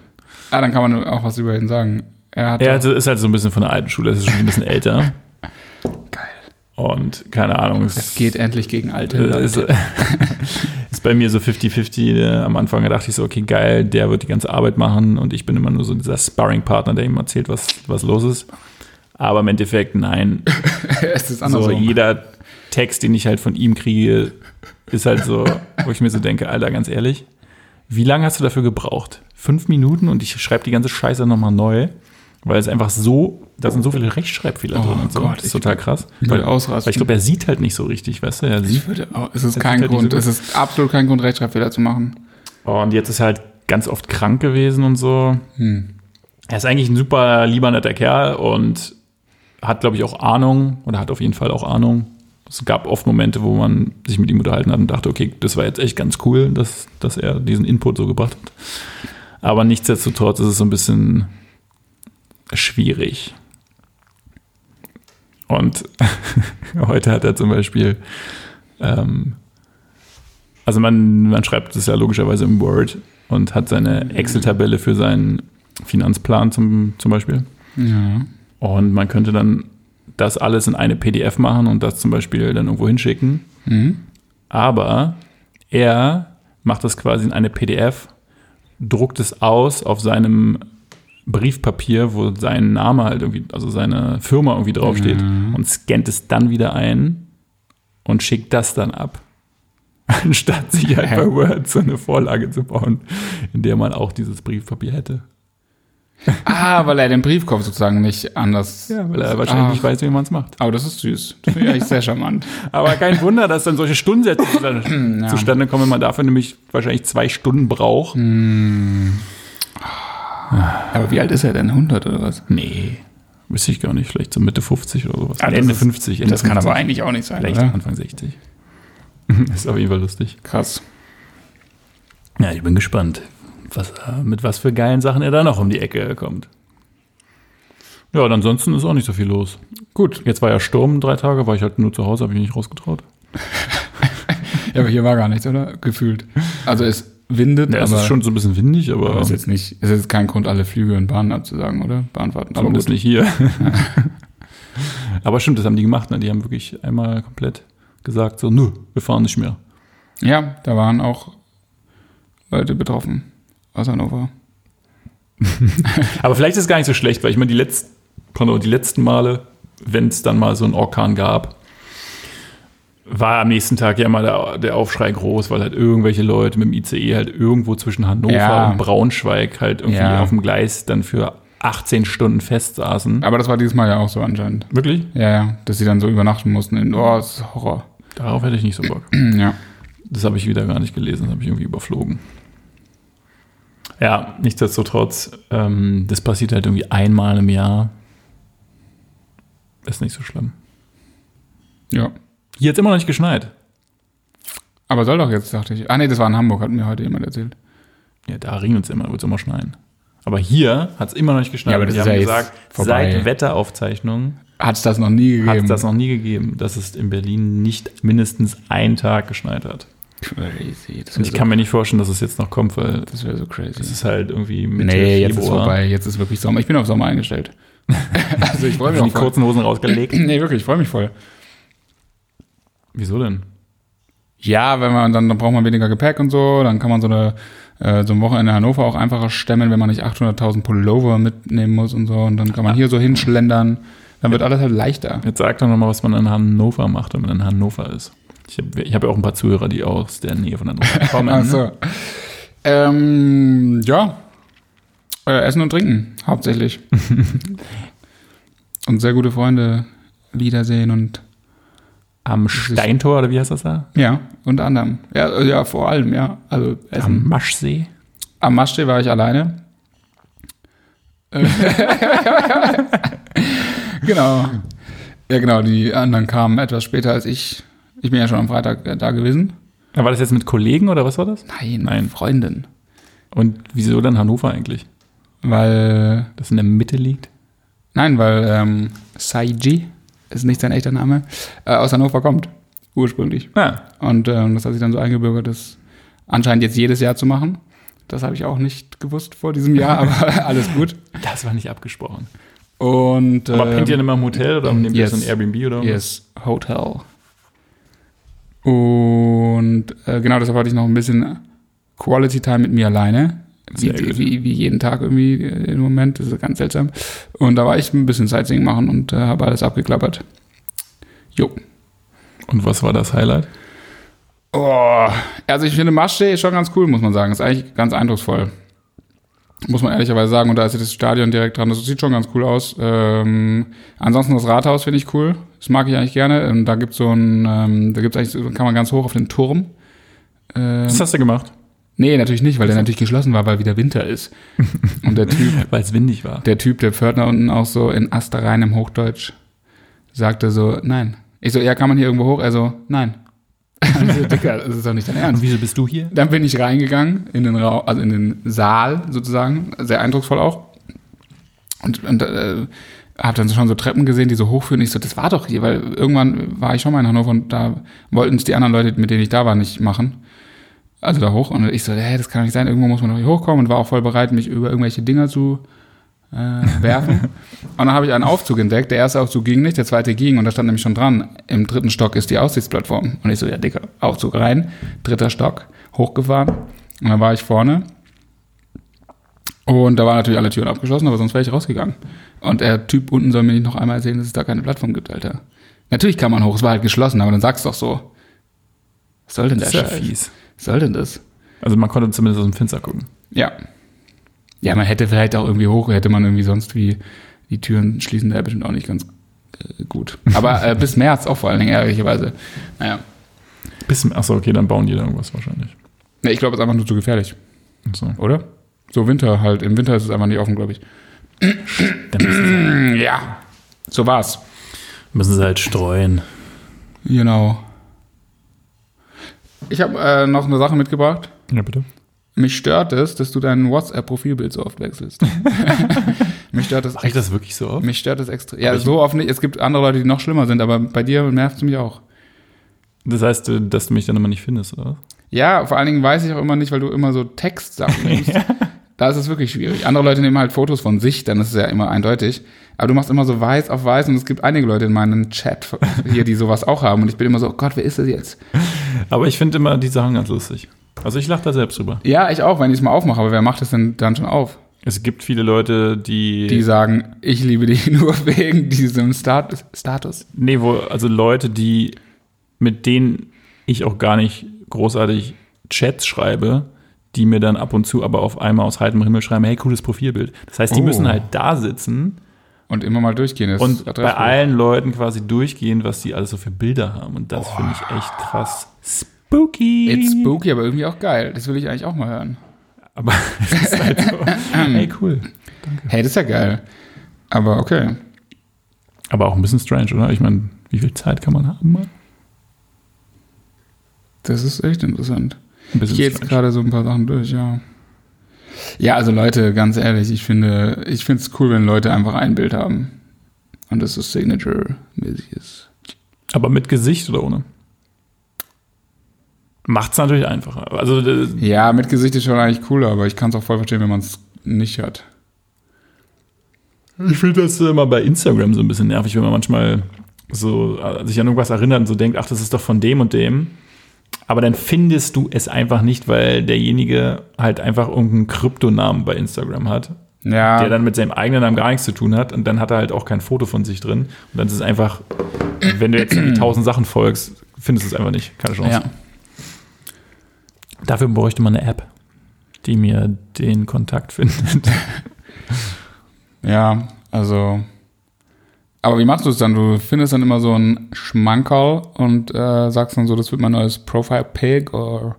S2: Ah, dann kann man auch was über ihn sagen. Er hat
S3: Er hat- ist halt so ein bisschen von der alten Schule, ist schon ein bisschen älter.
S2: Geil.
S3: Und keine Ahnung,
S2: Es geht endlich gegen alte Leute.
S3: ist, ist bei mir so 50-50. äh, Am Anfang dachte ich so, okay, geil, der wird die ganze Arbeit machen und ich bin immer nur so dieser Sparring-Partner, der ihm erzählt, was, was los ist. Aber im Endeffekt, nein.
S2: es ist
S3: So,
S2: andersrum.
S3: jeder Text, den ich halt von ihm kriege, ist halt so, wo ich mir so denke, Alter, ganz ehrlich, wie lange hast du dafür gebraucht? Fünf Minuten und ich schreibe die ganze Scheiße nochmal neu, weil es einfach so, da sind so viele Rechtschreibfehler
S2: Oh
S3: drin und so.
S2: Gott,
S3: das ist
S2: ich-
S3: total krass.
S2: ich
S3: weil,
S2: würde ausrasten.
S3: Weil ich glaube, er sieht halt nicht so richtig, weißt du? Er sieht
S2: Ich würde, auch- es ist kein
S3: gibt halt
S2: Grund, es
S3: diese-
S2: ist absolut kein Grund, Rechtschreibfehler zu machen.
S3: Und jetzt ist er halt ganz oft krank gewesen und so. Er ist eigentlich ein super lieber netter Kerl und hat, glaube ich, auch Ahnung oder hat auf jeden Fall auch Ahnung. Es gab oft Momente, wo man sich mit ihm unterhalten hat und dachte, okay, das war jetzt echt ganz cool, dass, dass er diesen Input so gebracht hat. Aber nichtsdestotrotz ist es so ein bisschen schwierig. Und heute hat er zum Beispiel ähm, also man, man schreibt es ja logischerweise im Word und hat seine Excel-Tabelle für seinen Finanzplan zum, zum Beispiel.
S2: Ja.
S3: Und man könnte dann das alles in eine PDF machen und das zum Beispiel dann irgendwo hinschicken. Aber er macht das quasi in eine PDF, druckt es aus auf seinem Briefpapier, wo sein Name halt irgendwie, also seine Firma irgendwie draufsteht und scannt es dann wieder ein und schickt das dann ab. Anstatt sich halt bei Word so eine Vorlage zu bauen, in der man auch dieses Briefpapier hätte.
S2: Ah, weil er den Briefkopf sozusagen nicht anders.
S3: Ja, weil er wahrscheinlich nicht
S2: Ah.
S3: weiß, wie man es macht.
S2: Aber das ist süß. Das finde ich eigentlich sehr charmant.
S3: Aber kein Wunder, dass dann solche Stundensätze zustande- zustande kommen, wenn man dafür nämlich wahrscheinlich zwei Stunden braucht.
S2: Aber wie alt ist er denn? 100 oder was?
S3: Nee, wüsste ich gar nicht. Vielleicht so Mitte 50 oder sowas.
S2: Ah, das
S3: Ende
S2: ist-
S3: 50. Ende
S2: Das kann
S3: 50.
S2: aber eigentlich auch nicht sein.
S3: Vielleicht
S2: Oder?
S3: Anfang 60. ist auf jeden Fall lustig.
S2: Krass.
S3: Ja, ich bin gespannt. was, äh, mit was für geilen Sachen er da noch um die Ecke kommt. Ja, und ansonsten ist auch nicht so viel los.
S2: Gut.
S3: Jetzt war ja Sturm drei Tage, war ich halt nur zu Hause, habe ich mich nicht rausgetraut.
S2: Ja, aber hier war gar nichts, oder? Gefühlt. Also es windet,
S3: Ja, Also es
S2: aber
S3: ist schon so ein bisschen windig, aber
S2: aber ist jetzt nicht, ist jetzt kein Grund, alle Flüge und Bahnen abzusagen, oder? Beantworten. Aber
S3: zumindest
S2: gut.
S3: nicht hier. aber stimmt, das haben die gemacht, ne? Die haben wirklich einmal komplett gesagt, so, nö, wir fahren nicht mehr.
S2: Ja, da waren auch Leute betroffen aus Hannover.
S3: Aber vielleicht ist es gar nicht so schlecht, weil ich meine, die letzten, Konrad, die letzten Male, wenn es dann mal so einen Orkan gab, war am nächsten Tag ja mal der, der Aufschrei groß, weil halt irgendwelche Leute mit dem ICE halt irgendwo zwischen Hannover
S2: Ja.
S3: und Braunschweig halt irgendwie
S2: Ja.
S3: auf dem Gleis dann für 18 Stunden festsaßen.
S2: Aber das war dieses Mal ja auch so anscheinend.
S3: Wirklich?
S2: Ja, ja, dass sie dann so übernachten mussten. In, oh, das ist Horror.
S3: Darauf hätte ich nicht so Bock.
S2: Ja.
S3: Das habe ich wieder gar nicht gelesen, das habe ich irgendwie überflogen. Ja, nichtsdestotrotz, ähm, das passiert halt irgendwie einmal im Jahr. Ist nicht so schlimm.
S2: Ja.
S3: Hier hat immer noch nicht geschneit.
S2: Aber soll doch jetzt, dachte ich. Ah, nee, das war in Hamburg, hat mir heute jemand erzählt.
S3: Ja, da regnet es immer, wird es immer schneien. Aber hier hat es immer noch nicht geschneit.
S2: Ja, aber das
S3: Die
S2: ist
S3: haben
S2: ja jetzt
S3: gesagt,
S2: vorbei.
S3: seit Wetteraufzeichnung
S2: Hat es das noch nie
S3: hat es
S2: gegeben?
S3: das noch nie gegeben, dass es in Berlin nicht mindestens einen Tag geschneit hat.
S2: crazy. Das wäre
S3: Und ich
S2: so,
S3: kann mir nicht vorstellen, dass es jetzt noch kommt, weil
S2: das wär so
S3: es
S2: crazy.
S3: ist halt irgendwie Mitte
S2: Nee, jetzt ist
S3: Februar.
S2: vorbei. Jetzt ist wirklich Sommer. Ich bin auf Sommer eingestellt. also ich freue mich
S3: Hab
S2: auch
S3: ich die
S2: voll.
S3: kurzen Hosen rausgelegt.
S2: Nee, wirklich, ich freue mich voll.
S3: Wieso denn?
S2: Ja, wenn man dann, dann braucht man weniger Gepäck und so, dann kann man so eine äh, so ein Wochenende in Hannover auch einfacher stemmen, wenn man nicht 800.000 Pullover mitnehmen muss und so und dann kann man hier so hinschlendern, dann wird alles halt leichter.
S3: Jetzt sag doch nochmal, was man in Hannover macht, wenn man in Hannover ist. Ich habe ich hab ja auch ein paar Zuhörer, die aus der Nähe von Hannover kommen.
S2: Ach so. ne? Ähm, ja. Äh, essen und trinken, hauptsächlich. und sehr gute Freunde wiedersehen und
S3: Am Steintor, oder wie heißt das da?
S2: ja, unter anderem. Ja, äh, ja vor allem, ja. Also Essen.
S3: Am Maschsee.
S2: Am Maschsee war ich alleine. Äh, genau. Ja, genau, die anderen kamen etwas später als ich. Ich bin ja schon am Freitag äh, da gewesen.
S3: Ja, War das jetzt mit Kollegen oder was war das?
S2: Nein,
S3: Nein.
S2: Freundin.
S3: Und wieso dann Hannover eigentlich?
S2: Weil,
S3: Das in der Mitte liegt?
S2: nein, weil ähm, Saiji ist nicht sein echter Name, äh, aus Hannover kommt, ursprünglich.
S3: Ja.
S2: Und ähm, das hat sich dann so eingebürgert, das anscheinend jetzt jedes Jahr zu machen. Das habe ich auch nicht gewusst vor diesem Jahr, aber alles gut.
S3: Das war nicht abgesprochen.
S2: Und,
S3: Aber
S2: ähm,
S3: pennt ihr denn immer im Hotel oder nehmt ihr
S2: yes.
S3: so ein Airbnb oder was?
S2: Yes, Hotel. Und äh, genau deshalb hatte ich noch ein bisschen Quality Time mit mir alleine. Wie,
S3: Sehr gut.
S2: wie, wie jeden Tag irgendwie äh, im Moment. Das ist ganz seltsam. Und da war ich ein bisschen Sightseeing machen und äh, habe alles abgeklappert. Jo.
S3: Und was war das Highlight?
S2: Oh, also ich finde Maschsee ist schon ganz cool, muss man sagen. Ist eigentlich ganz eindrucksvoll. Muss man ehrlicherweise sagen. Und da ist ja das Stadion direkt dran. Das sieht schon ganz cool aus. Ähm, ansonsten das Rathaus finde ich cool. Das mag ich eigentlich gerne. Ähm, da gibt's so ein, ähm, da gibt's eigentlich, so- kann man ganz hoch auf den Turm. Ähm,
S3: Was hast du gemacht?
S2: nee, natürlich nicht, weil der natürlich geschlossen war, weil wieder Winter ist. Und der Typ,
S3: Weil es windig war.
S2: der Typ, der Pförtner unten auch so in astreinem Hochdeutsch, sagte so, nein. Ich so, ja, kann man hier irgendwo hoch? Er so, nein. Also, Dicker, das ist doch nicht dein Ernst.
S3: Und wieso bist du hier?
S2: Dann bin ich reingegangen in den Raum, also in den Saal sozusagen, sehr eindrucksvoll auch. Und, und äh, habe dann schon so Treppen gesehen, die so hochführen. Ich so, das war doch hier, weil irgendwann war ich schon mal in Hannover und da wollten es die anderen Leute, mit denen ich da war, nicht machen. Also da hoch. Und ich so, hä, das kann doch nicht sein, irgendwo muss man doch hier hochkommen und war auch voll bereit, mich über irgendwelche Dinger zu äh, werfen. und dann habe ich einen Aufzug entdeckt. Der erste Aufzug ging nicht, der zweite ging und da stand nämlich schon dran. Im dritten Stock ist die Aussichtsplattform. Und ich so, ja, dicker, Aufzug rein, dritter Stock, hochgefahren. Und dann war ich vorne. Und da waren natürlich alle Türen abgeschlossen, aber sonst wäre ich rausgegangen. Und der Typ unten soll mir nicht noch einmal erzählen, dass es da keine Plattform gibt, Alter. Natürlich kann man hoch, es war halt geschlossen, aber dann sag's doch so. Was soll denn der
S3: Das ist ja
S2: Scheiß?
S3: fies.
S2: Was soll denn das?
S3: Also man konnte zumindest aus dem Fenster gucken.
S2: Ja. Ja, man hätte vielleicht auch irgendwie hoch, hätte man irgendwie sonst wie die Türen schließen, wäre bestimmt auch nicht ganz äh, gut. Aber äh, bis März auch vor allen Dingen, ehrlicherweise. Naja.
S3: Bis, achso, okay, dann bauen die da irgendwas wahrscheinlich.
S2: Nee, ich glaube, es ist einfach nur zu gefährlich,
S3: Achso.
S2: oder? So Winter halt. Im Winter ist es einfach nicht offen, glaube ich.
S3: Dann müssen
S2: Mm, Ja. So war's.
S3: sie, müssen sie halt streuen.
S2: Genau. Ich habe äh, noch eine Sache mitgebracht.
S3: Ja, bitte.
S2: Mich stört es, dass du dein WhatsApp-Profilbild so oft wechselst. mich stört es.
S3: Mache ich das wirklich so oft?
S2: Mich stört es extrem. Ja, so oft nicht. Es gibt andere Leute, die noch schlimmer sind, aber bei dir nervt es mich auch.
S3: Das heißt, äh, dass du mich dann immer nicht findest, oder?
S2: Ja, vor allen Dingen weiß ich auch immer nicht, weil du immer so Textsachen nimmst. Da ist es wirklich schwierig. Andere Leute nehmen halt Fotos von sich, dann ist es ja immer eindeutig. Aber du machst immer so weiß auf weiß und es gibt einige Leute in meinem Chat hier, die sowas auch haben. Und ich bin immer so, oh Gott, wer ist das jetzt?
S3: Aber ich finde immer die Sachen ganz lustig. Also ich lache da selbst drüber.
S2: Ja, ich auch, wenn ich es mal aufmache. Aber wer macht das denn dann schon auf?
S3: Es gibt viele Leute, die.
S2: Die sagen, ich liebe dich nur wegen diesem Stat Status.
S3: nee, wo, also Leute, die, mit denen ich auch gar nicht großartig Chats schreibe, die mir dann ab und zu aber auf einmal aus heitem Himmel schreiben, hey, cooles Profilbild. Das heißt, die
S2: Oh.
S3: müssen halt da sitzen
S2: Und immer mal durchgehen. das
S3: und bei
S2: Adressbuch.
S3: allen Leuten quasi durchgehen, was die alles so für Bilder haben. Und das finde ich echt krass. Spooky.
S2: It's spooky, aber irgendwie auch geil. Das will ich eigentlich auch mal hören.
S3: Aber es ist halt so, hey, cool.
S2: Hey, das ist ja geil. Aber okay.
S3: Aber auch ein bisschen strange, oder? Ich meine, wie viel Zeit kann man haben? Mann?
S2: Das ist echt interessant.
S3: Ein
S2: Ich
S3: bisschen
S2: gehe jetzt gerade so ein paar Sachen durch, ja. Ja, also Leute, ganz ehrlich, ich finde, ich finde es cool, wenn Leute einfach ein Bild haben. Und das so Signature-mäßig ist.
S3: Aber mit Gesicht oder ohne? Macht's natürlich einfacher. Also äh,
S2: Ja, mit Gesicht ist schon eigentlich cooler, aber ich kann es auch voll verstehen, wenn man es nicht hat.
S3: ich finde das immer bei Instagram so ein bisschen nervig, wenn man manchmal so äh, sich an irgendwas erinnert und so denkt, ach, das ist doch von dem und dem. Aber dann findest du es einfach nicht, weil derjenige halt einfach irgendeinen Kryptonamen bei Instagram hat,
S2: Ja,
S3: der dann mit seinem eigenen Namen gar nichts zu tun hat und dann hat er halt auch kein Foto von sich drin. Und dann ist es einfach, wenn du jetzt irgendwie tausend Sachen folgst, findest du es einfach nicht. Keine Chance.
S2: ja.
S3: Dafür bräuchte man eine App, die mir den Kontakt findet.
S2: ja, also. Aber wie machst du es dann? Du findest dann immer so einen Schmankerl und äh, sagst dann so, das wird mein neues Profile-Pick oder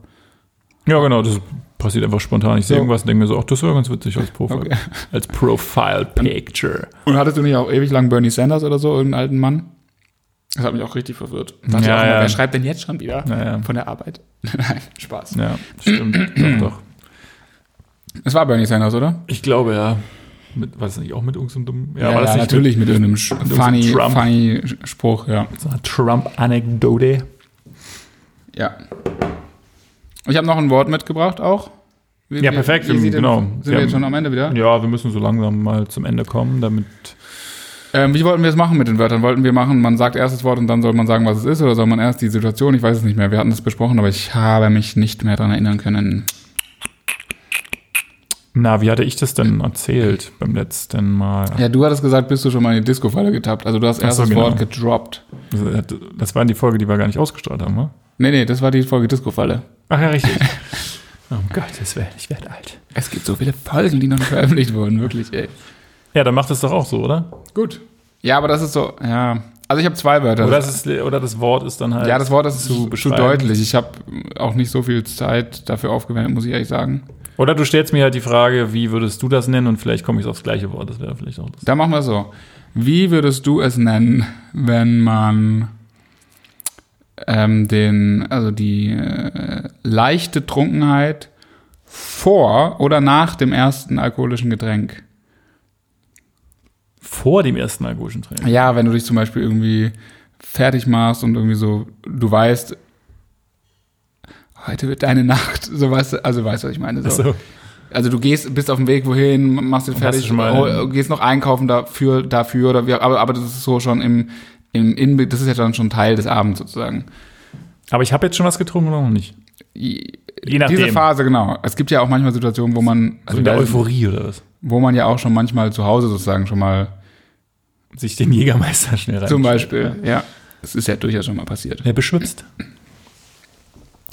S3: ja, genau, das passiert einfach spontan. Ich sehe
S2: Ja.
S3: irgendwas und denke mir so, ach, das wäre ganz witzig als Profile. Als Profile Picture.
S2: Und hattest du nicht auch ewig lang Bernie Sanders oder so, irgendeinen alten Mann? Das hat mich auch richtig verwirrt. Dachte ich
S3: Ja,
S2: auch immer,
S3: ja.
S2: Wer schreibt denn jetzt schon wieder
S3: Ja, ja.
S2: von der Arbeit? Nein, Spaß.
S3: Ja, stimmt. doch, doch.
S2: Es war Bernie Sanders, oder?
S3: Ich glaube, ja. Mit, war das nicht auch mit irgendeinem dummen? Ja, war das nicht
S2: natürlich mit, irgendeinem Sch- funny,
S3: Trump.
S2: funny Spruch, ja.
S3: mit so einer Trump-Anekdote?
S2: ja. Ich habe noch ein Wort mitgebracht auch. Wie-
S3: Ja,
S2: wie-
S3: perfekt,
S2: Wie sieht
S3: genau.
S2: Denn, sind
S3: Wir
S2: wir
S3: haben-
S2: jetzt schon am Ende wieder?
S3: Ja, wir müssen so langsam mal zum Ende kommen, damit.
S2: Ähm, wie wollten wir es machen mit den Wörtern? Wollten wir machen, man sagt erst das Wort und dann soll man sagen, was es ist, oder soll man erst die Situation? Ich weiß es nicht mehr. Wir hatten das besprochen, aber ich habe mich nicht mehr daran erinnern können.
S3: Na, wie hatte ich das denn erzählt beim letzten Mal?
S2: Ja, du hattest gesagt, bist du schon mal in die Disco-Falle getappt. Also du hast erst
S3: so,
S2: das
S3: genau.
S2: Wort gedroppt.
S3: Das war die Folge, die wir gar nicht ausgestrahlt haben, ne?
S2: Nee, nee, das war die Folge Disco-Falle.
S3: Ach ja, richtig. oh Gottes Willen, ich werde alt.
S2: Es gibt so viele Folgen, die noch nicht veröffentlicht wurden, wirklich, ey.
S3: Ja, dann macht es doch auch so, oder?
S2: Gut. Ja, aber das ist so, ja. Also ich habe zwei Wörter.
S3: Oder, das ist, oder das Wort ist dann halt.
S2: ja, das Wort ist zu, zu
S3: beschreiben.
S2: deutlich. Ich habe auch nicht so viel Zeit dafür aufgewendet, muss ich ehrlich sagen.
S3: Oder du stellst mir halt die Frage, wie würdest du das nennen und vielleicht komme ich aufs gleiche Wort. Das wäre vielleicht auch lustig.
S2: Dann machen wir es so. Wie würdest du es nennen, wenn man ähm, den, also die äh, leichte Trunkenheit vor oder nach dem ersten alkoholischen Getränk?
S3: Vor dem ersten alkoholischen Training.
S2: Ja, wenn du dich zum Beispiel irgendwie fertig machst und irgendwie so, du weißt, heute wird deine Nacht, so weißt du, also weißt du, was ich meine. So.
S3: Also,
S2: Also du gehst, bist auf dem Weg wohin, machst den
S3: Und hast
S2: fertig,
S3: du schon mal-
S2: hol- gehst noch einkaufen dafür, dafür oder wie, aber, aber das ist so schon im, im Inbe das ist ja dann schon Teil des Abends sozusagen.
S3: aber ich habe jetzt schon was getrunken oder noch nicht?
S2: I-
S3: Je nachdem.
S2: Diese Phase, genau. Es gibt ja auch manchmal Situationen, wo man,
S3: so
S2: also
S3: in der
S2: da-
S3: Euphorie oder was?
S2: wo man ja auch schon manchmal zu Hause sozusagen schon mal,
S3: Sich den Jägermeister schnell rein.
S2: zum Beispiel, ja. Das ist ja durchaus schon mal passiert.
S3: Der beschwipst.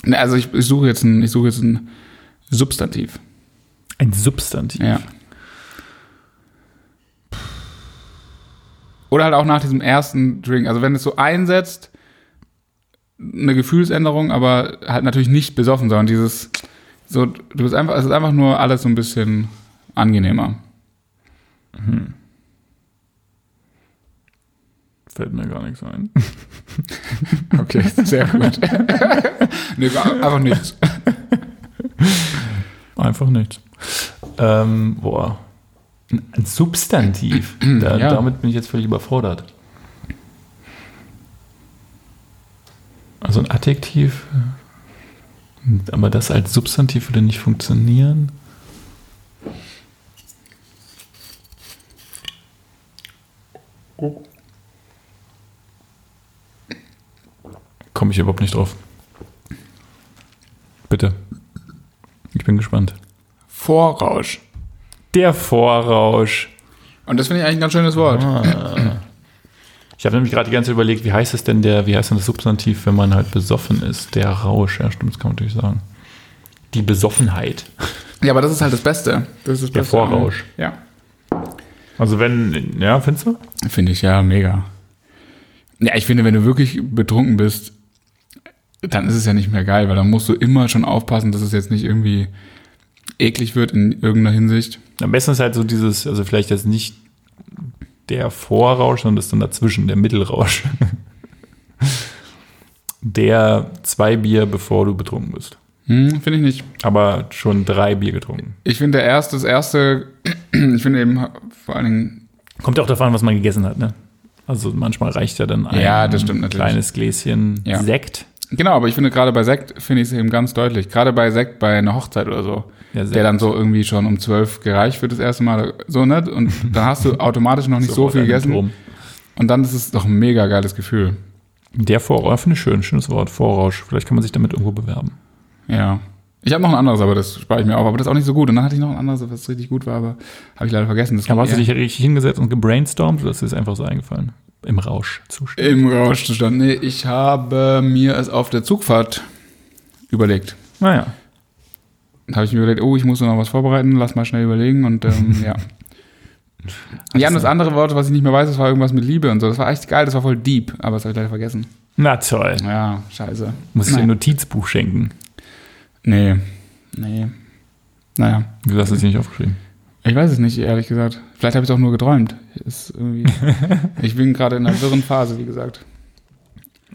S2: Ne, Also ich, ich suche jetzt ein, ich suche jetzt ein Substantiv.
S3: Ein Substantiv.
S2: Ja. Oder halt auch nach diesem ersten Drink. Also wenn es so einsetzt, eine Gefühlsänderung, aber halt natürlich nicht besoffen, sondern dieses, so, du bist einfach, es ist einfach nur alles so ein bisschen angenehmer.
S3: Fällt mir gar nichts ein.
S2: Okay, sehr gut. nee, war einfach nichts.
S3: Einfach nichts. Ähm, boah. Ein Substantiv. Da,
S2: Ja.
S3: Damit bin ich jetzt völlig überfordert. Also ein Adjektiv. Aber das als Substantiv würde nicht funktionieren. Komme ich überhaupt nicht drauf. Bitte. Ich bin gespannt.
S2: Vorrausch.
S3: Der Vorrausch.
S2: Und das finde ich eigentlich ein ganz schönes Wort.
S3: Ich habe nämlich gerade die ganze Zeit überlegt, wie heißt es denn der, wie heißt denn das Substantiv, wenn man halt besoffen ist? Der Rausch, ja stimmt, das kann man natürlich sagen. Die Besoffenheit.
S2: Ja, aber das ist halt das Beste. Das ist das
S3: Der
S2: Beste.
S3: Vorrausch.
S2: Ja.
S3: Also wenn, ja, findest du?
S2: Finde ich ja mega. Ja, ich finde, wenn du wirklich betrunken bist, dann ist es ja nicht mehr geil, weil dann musst du immer schon aufpassen, dass es jetzt nicht irgendwie eklig wird in irgendeiner Hinsicht.
S3: Am besten ist halt so dieses, also vielleicht jetzt nicht der Vorrausch, sondern das dann dazwischen, der Mittelrausch. Der zwei Bier, bevor du betrunken bist.
S2: Hm, finde ich nicht.
S3: Aber schon drei Bier getrunken.
S2: Ich finde der erste, das erste, ich finde eben vor allen Dingen,
S3: Kommt ja auch davon, was man gegessen hat, ne? Also manchmal reicht ja dann ein
S2: Ja, das stimmt natürlich.
S3: kleines Gläschen
S2: Ja.
S3: Sekt.
S2: genau, aber ich finde gerade bei Sekt, finde ich es eben ganz deutlich. Gerade bei Sekt bei einer Hochzeit oder so.
S3: Ja, Sekt.
S2: der dann so irgendwie schon um zwölf gereicht wird das erste Mal, so ne? Und dann hast du automatisch noch nicht so, viel
S3: Sofort einen
S2: gegessen.
S3: Drum.
S2: Und dann ist es doch ein mega geiles Gefühl.
S3: Der Vorrausch, finde ich schön, schönes Wort, Vorrausch. Vielleicht kann man sich damit irgendwo bewerben.
S2: Ja. Ich habe noch ein anderes, aber das spare ich mir auf. Aber das ist auch nicht so gut. Und dann hatte ich noch ein anderes, was richtig gut war, aber habe ich leider vergessen. Das
S3: Aber hast
S2: kommt
S3: du dich richtig hingesetzt und gebrainstormt oder ist dir das einfach so eingefallen? Im Rauschzustand.
S2: eher im Rauschzustand. Nee, ich habe mir es auf der Zugfahrt überlegt.
S3: Äh, Naja.
S2: Da habe ich mir überlegt, oh, ich muss noch was vorbereiten, lass mal schnell überlegen und ähm, ja. Ja, und das andere Wort, was ich nicht mehr weiß, das war irgendwas mit Liebe und so. Das war echt geil, das war voll deep, aber das habe ich leider vergessen.
S3: Na toll.
S2: Ja, scheiße.
S3: Muss ich dir
S2: Nein.
S3: ein Notizbuch schenken.
S2: Nee. Nee. Naja.
S3: Du hast es dir nicht aufgeschrieben.
S2: Ich weiß es nicht, ehrlich gesagt. Vielleicht habe ich es auch nur geträumt. Ist irgendwie ich bin gerade in einer wirren Phase, wie gesagt.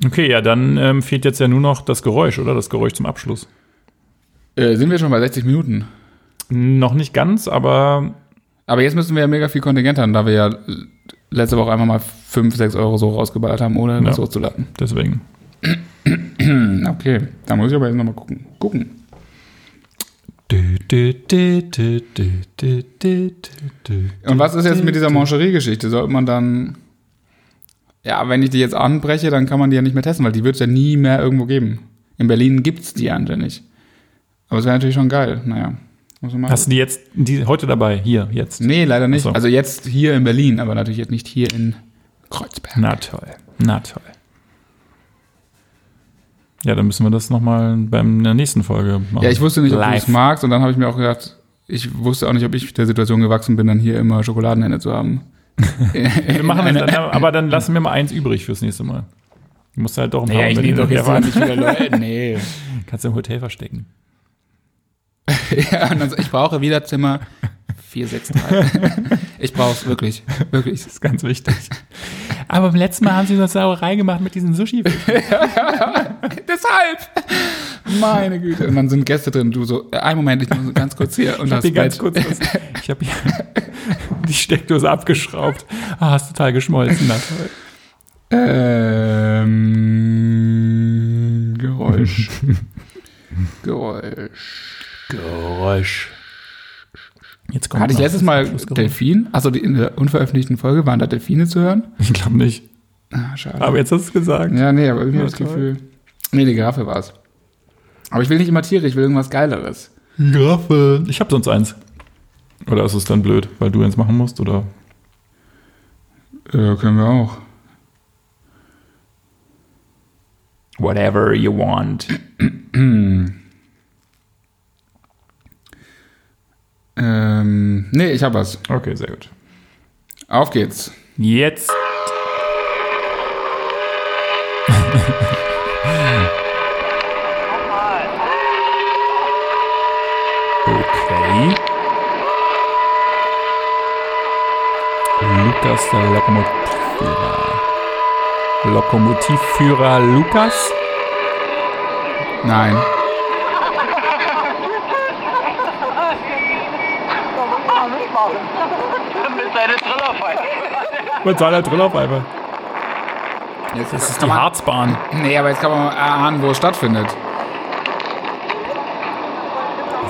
S3: Okay, ja, dann ähm, fehlt jetzt ja nur noch das Geräusch, oder? Das Geräusch zum Abschluss.
S2: Äh, sind wir schon bei 60 Minuten.
S3: Noch nicht ganz, aber
S2: Aber jetzt müssen wir ja mega viel Kontingent haben, da wir ja letzte Woche einfach mal 5, 6 Euro so rausgeballert haben, ohne das
S3: Ja.
S2: hochzuladen.
S3: deswegen.
S2: Hm, Okay, da muss ich aber jetzt nochmal gucken. Gucken.
S3: Du, du, du, du, du, du, du, du, du.
S2: Und was ist jetzt mit dieser Mancherie-Geschichte? Sollte man dann... Ja, wenn ich die jetzt anbreche, dann kann man die ja nicht mehr testen, weil die wird es ja nie mehr irgendwo geben. In Berlin gibt es die anscheinend nicht. Aber es wäre natürlich schon geil. Naja, muss man mal
S3: Hast du die jetzt die, heute dabei? Hier, jetzt.
S2: Nee, leider nicht.
S3: Ach so.
S2: Also jetzt hier in Berlin, aber natürlich jetzt nicht hier in Kreuzberg.
S3: Na toll, na toll. Ja, dann müssen wir das nochmal bei der nächsten Folge machen.
S2: Ja, ich wusste nicht, ob du
S3: Live.
S2: es magst und dann habe ich mir auch gedacht, ich wusste auch nicht, ob ich der Situation gewachsen bin, dann hier immer Schokoladenhände zu haben.
S3: Wir machen das dann, aber dann lassen wir mal eins übrig fürs nächste Mal. Du musst halt doch ein paar unter den- Ja, warte,
S2: wieder Leute. Nee.
S3: Kannst du im Hotel verstecken.
S2: ja, und dann so, ich brauche wieder Zimmer 463. ich brauche es wirklich, wirklich.
S3: Das ist ganz wichtig. Aber beim letzten Mal haben sie so eine Sauerei gemacht mit diesen sushi
S2: Deshalb. Meine Güte. Und dann sind Gäste drin. Du so, äh, einen Moment, ich muss so ganz kurz hier. Und
S3: Ich habe
S2: das
S3: hier ganz
S2: Bett.
S3: kurz was. Ich habe hier die Steckdose abgeschraubt. Ah, hast total geschmolzen. Na toll.
S2: Ähm, Geräusch. Geräusch.
S3: Geräusch. Jetzt kommt
S2: Hatte ich
S3: noch
S2: letztes
S3: das
S2: Mal
S3: Abschlussgeräusch.
S2: Delfin? Also die, in der unveröffentlichten Folge waren da Delfine zu hören?
S3: Ich glaube nicht.
S2: Ah, schade.
S3: Aber jetzt hast du es gesagt.
S2: ja, nee, aber irgendwie
S3: Na
S2: habe ich das
S3: toll.
S2: Gefühl. Nee, die Giraffe war es. Aber ich will nicht immer Tiere, ich will irgendwas Geileres.
S3: Giraffe. Ich habe sonst eins. Oder ist es dann blöd, weil du eins machen musst? Oder?
S2: Äh, können wir auch.
S3: Whatever you want.
S2: Ähm, nee, ich hab was.
S3: Okay, sehr gut.
S2: Auf geht's.
S3: Jetzt. okay. Lukas der Lokomotivführer. Lokomotivführer Lukas?
S2: Nein.
S4: machen. Mit seiner Trillerpfeife.
S3: Mit seiner Trillerpfeife.
S2: Jetzt
S3: Das ist die Harzbahn.
S2: Nee, aber jetzt kann man erahnen, wo es stattfindet.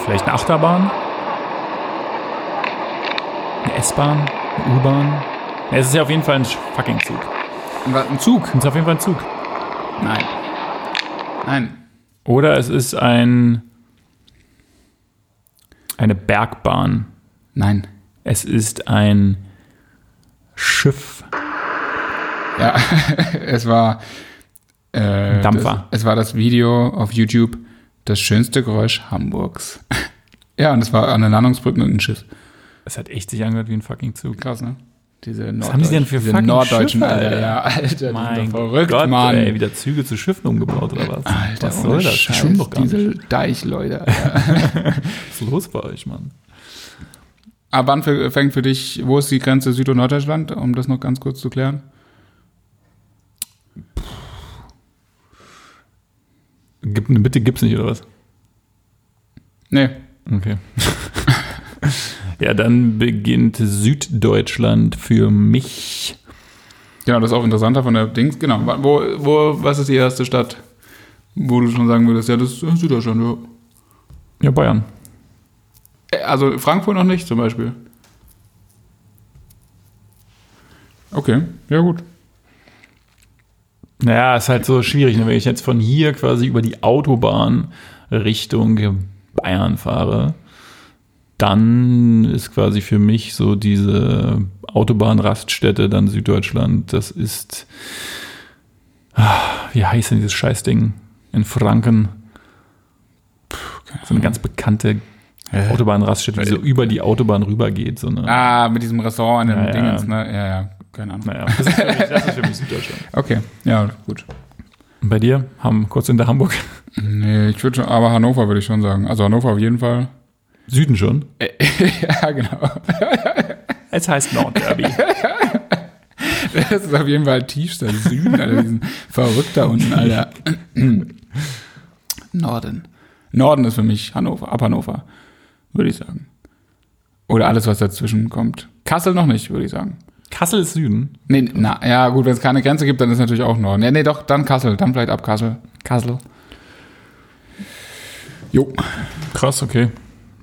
S3: Vielleicht eine Achterbahn? Eine S-Bahn? Eine U-Bahn? Ja, Es ist ja auf jeden Fall ein fucking Zug.
S2: Ein Wa- Ein Zug?
S3: Es ist auf jeden Fall ein Zug.
S2: Nein. Nein.
S3: Oder es ist ein. eine Bergbahn.
S2: Nein.
S3: Es ist ein Schiff.
S2: Ja, es war. Äh,
S3: Dampfer.
S2: Das, es war das Video auf YouTube, das schönste Geräusch Hamburgs. ja, und es war an der Landungsbrücke mit einem Schiff.
S3: Es hat echt sich angehört wie ein fucking Zug.
S2: Krass, ne? Diese Was
S3: haben die denn für
S2: diese
S3: fucking
S2: Norddeutschen,
S3: Schiffe,
S2: Alter?
S3: Alter?
S2: Ja, Alter, die
S3: Mein
S2: sind doch verrückt,
S3: Gott,
S2: Mann.
S3: ey, wieder Züge zu Schiffen umgebaut oder was?
S2: Alter,
S3: was
S2: ohne
S3: soll das? Die
S2: Scheiß,
S3: schwimmen doch gar
S2: diese
S3: nicht.
S2: Deichleute.
S3: Was ist los bei euch, Mann?
S2: Ab wann fä- fängt für dich, wo ist die Grenze Süd- und Norddeutschland, um das noch ganz kurz zu klären?
S3: Gib, bitte gibt's nicht oder was?
S2: Nee,
S3: Okay. ja, dann beginnt Süddeutschland für mich.
S2: genau, das ist auch interessanter von der Dings. Genau, wa- wo, wo, was ist die erste Stadt, wo du schon sagen würdest, ja, das ist Süddeutschland, ja.
S3: Ja, Bayern.
S2: Äh, Also Frankfurt noch nicht zum Beispiel. Okay, ja gut.
S3: Naja, ist halt so schwierig, ne? wenn ich jetzt von hier quasi über die Autobahn Richtung Bayern fahre, dann ist quasi für mich so diese Autobahnraststätte dann Süddeutschland, das ist, ah, wie heißt denn dieses Scheißding in Franken? Puh, so eine ganz bekannte Autobahnraststätte, die so über die Autobahn rübergeht. So eine,
S2: Ah, mit diesem Restaurant in dem
S3: Ja, ja.
S2: Dingens, ne? Ja, ja, keine Ahnung.
S3: Naja, das ist, für mich, das ist für mich Süddeutschland.
S2: Okay, ja, gut.
S3: Und bei dir? Haben kurz hinter Hamburg.
S2: Nee, ich würde schon, aber Hannover würde ich schon sagen. Also Hannover auf jeden Fall.
S3: Süden schon.
S2: Äh, ja, genau.
S3: Es heißt Nordderby.
S2: Das ist auf jeden Fall tiefster Süden, Alter. Diesen verrückt da unten, Alter. Norden. Norden ist für mich Hannover, ab Hannover, würde ich sagen. Oder alles, was dazwischen kommt. Kassel noch nicht, würde ich sagen.
S3: Kassel ist Süden.
S2: Nee, na, ja, gut, wenn es keine Grenze gibt, dann ist natürlich auch Norden. Ja, nee, doch, dann Kassel, dann vielleicht ab Kassel. Kassel. Jo.
S3: Krass, okay.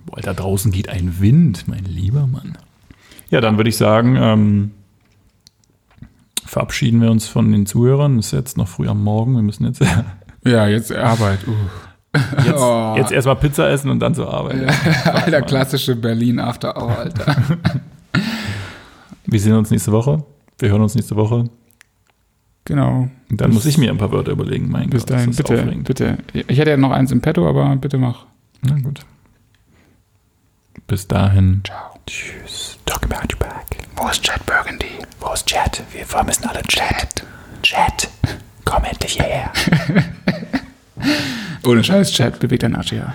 S3: Boah, da draußen geht ein Wind, mein lieber Mann. Ja, dann würde ich sagen, ähm, verabschieden wir uns von den Zuhörern. Es ist jetzt noch früh am Morgen. Wir müssen jetzt, jetzt,
S2: Ja, jetzt Arbeit. Uh. Oh.
S3: jetzt erstmal Pizza essen und dann zur Arbeit.
S2: Alter, klassische Berlin After Hour, Alter.
S3: Wir sehen uns nächste Woche. Wir hören uns nächste Woche.
S2: genau.
S3: Und dann muss ich mir ein paar Wörter überlegen. Mein
S2: Bis
S3: Gott, ist
S2: dahin,
S3: das
S2: bitte,
S3: aufregend.
S2: bitte. Ich hätte ja noch eins im Petto, aber bitte mach.
S3: Na gut. Bis dahin. Ciao. Tschüss. Talk about your back. Wo ist Chad Burgundy? Wo ist Chad? Wir vermissen alle Chad. Chad, komm endlich hierher.
S2: Ohne Scheiß, Chat, bewegt dein Arsch, ja.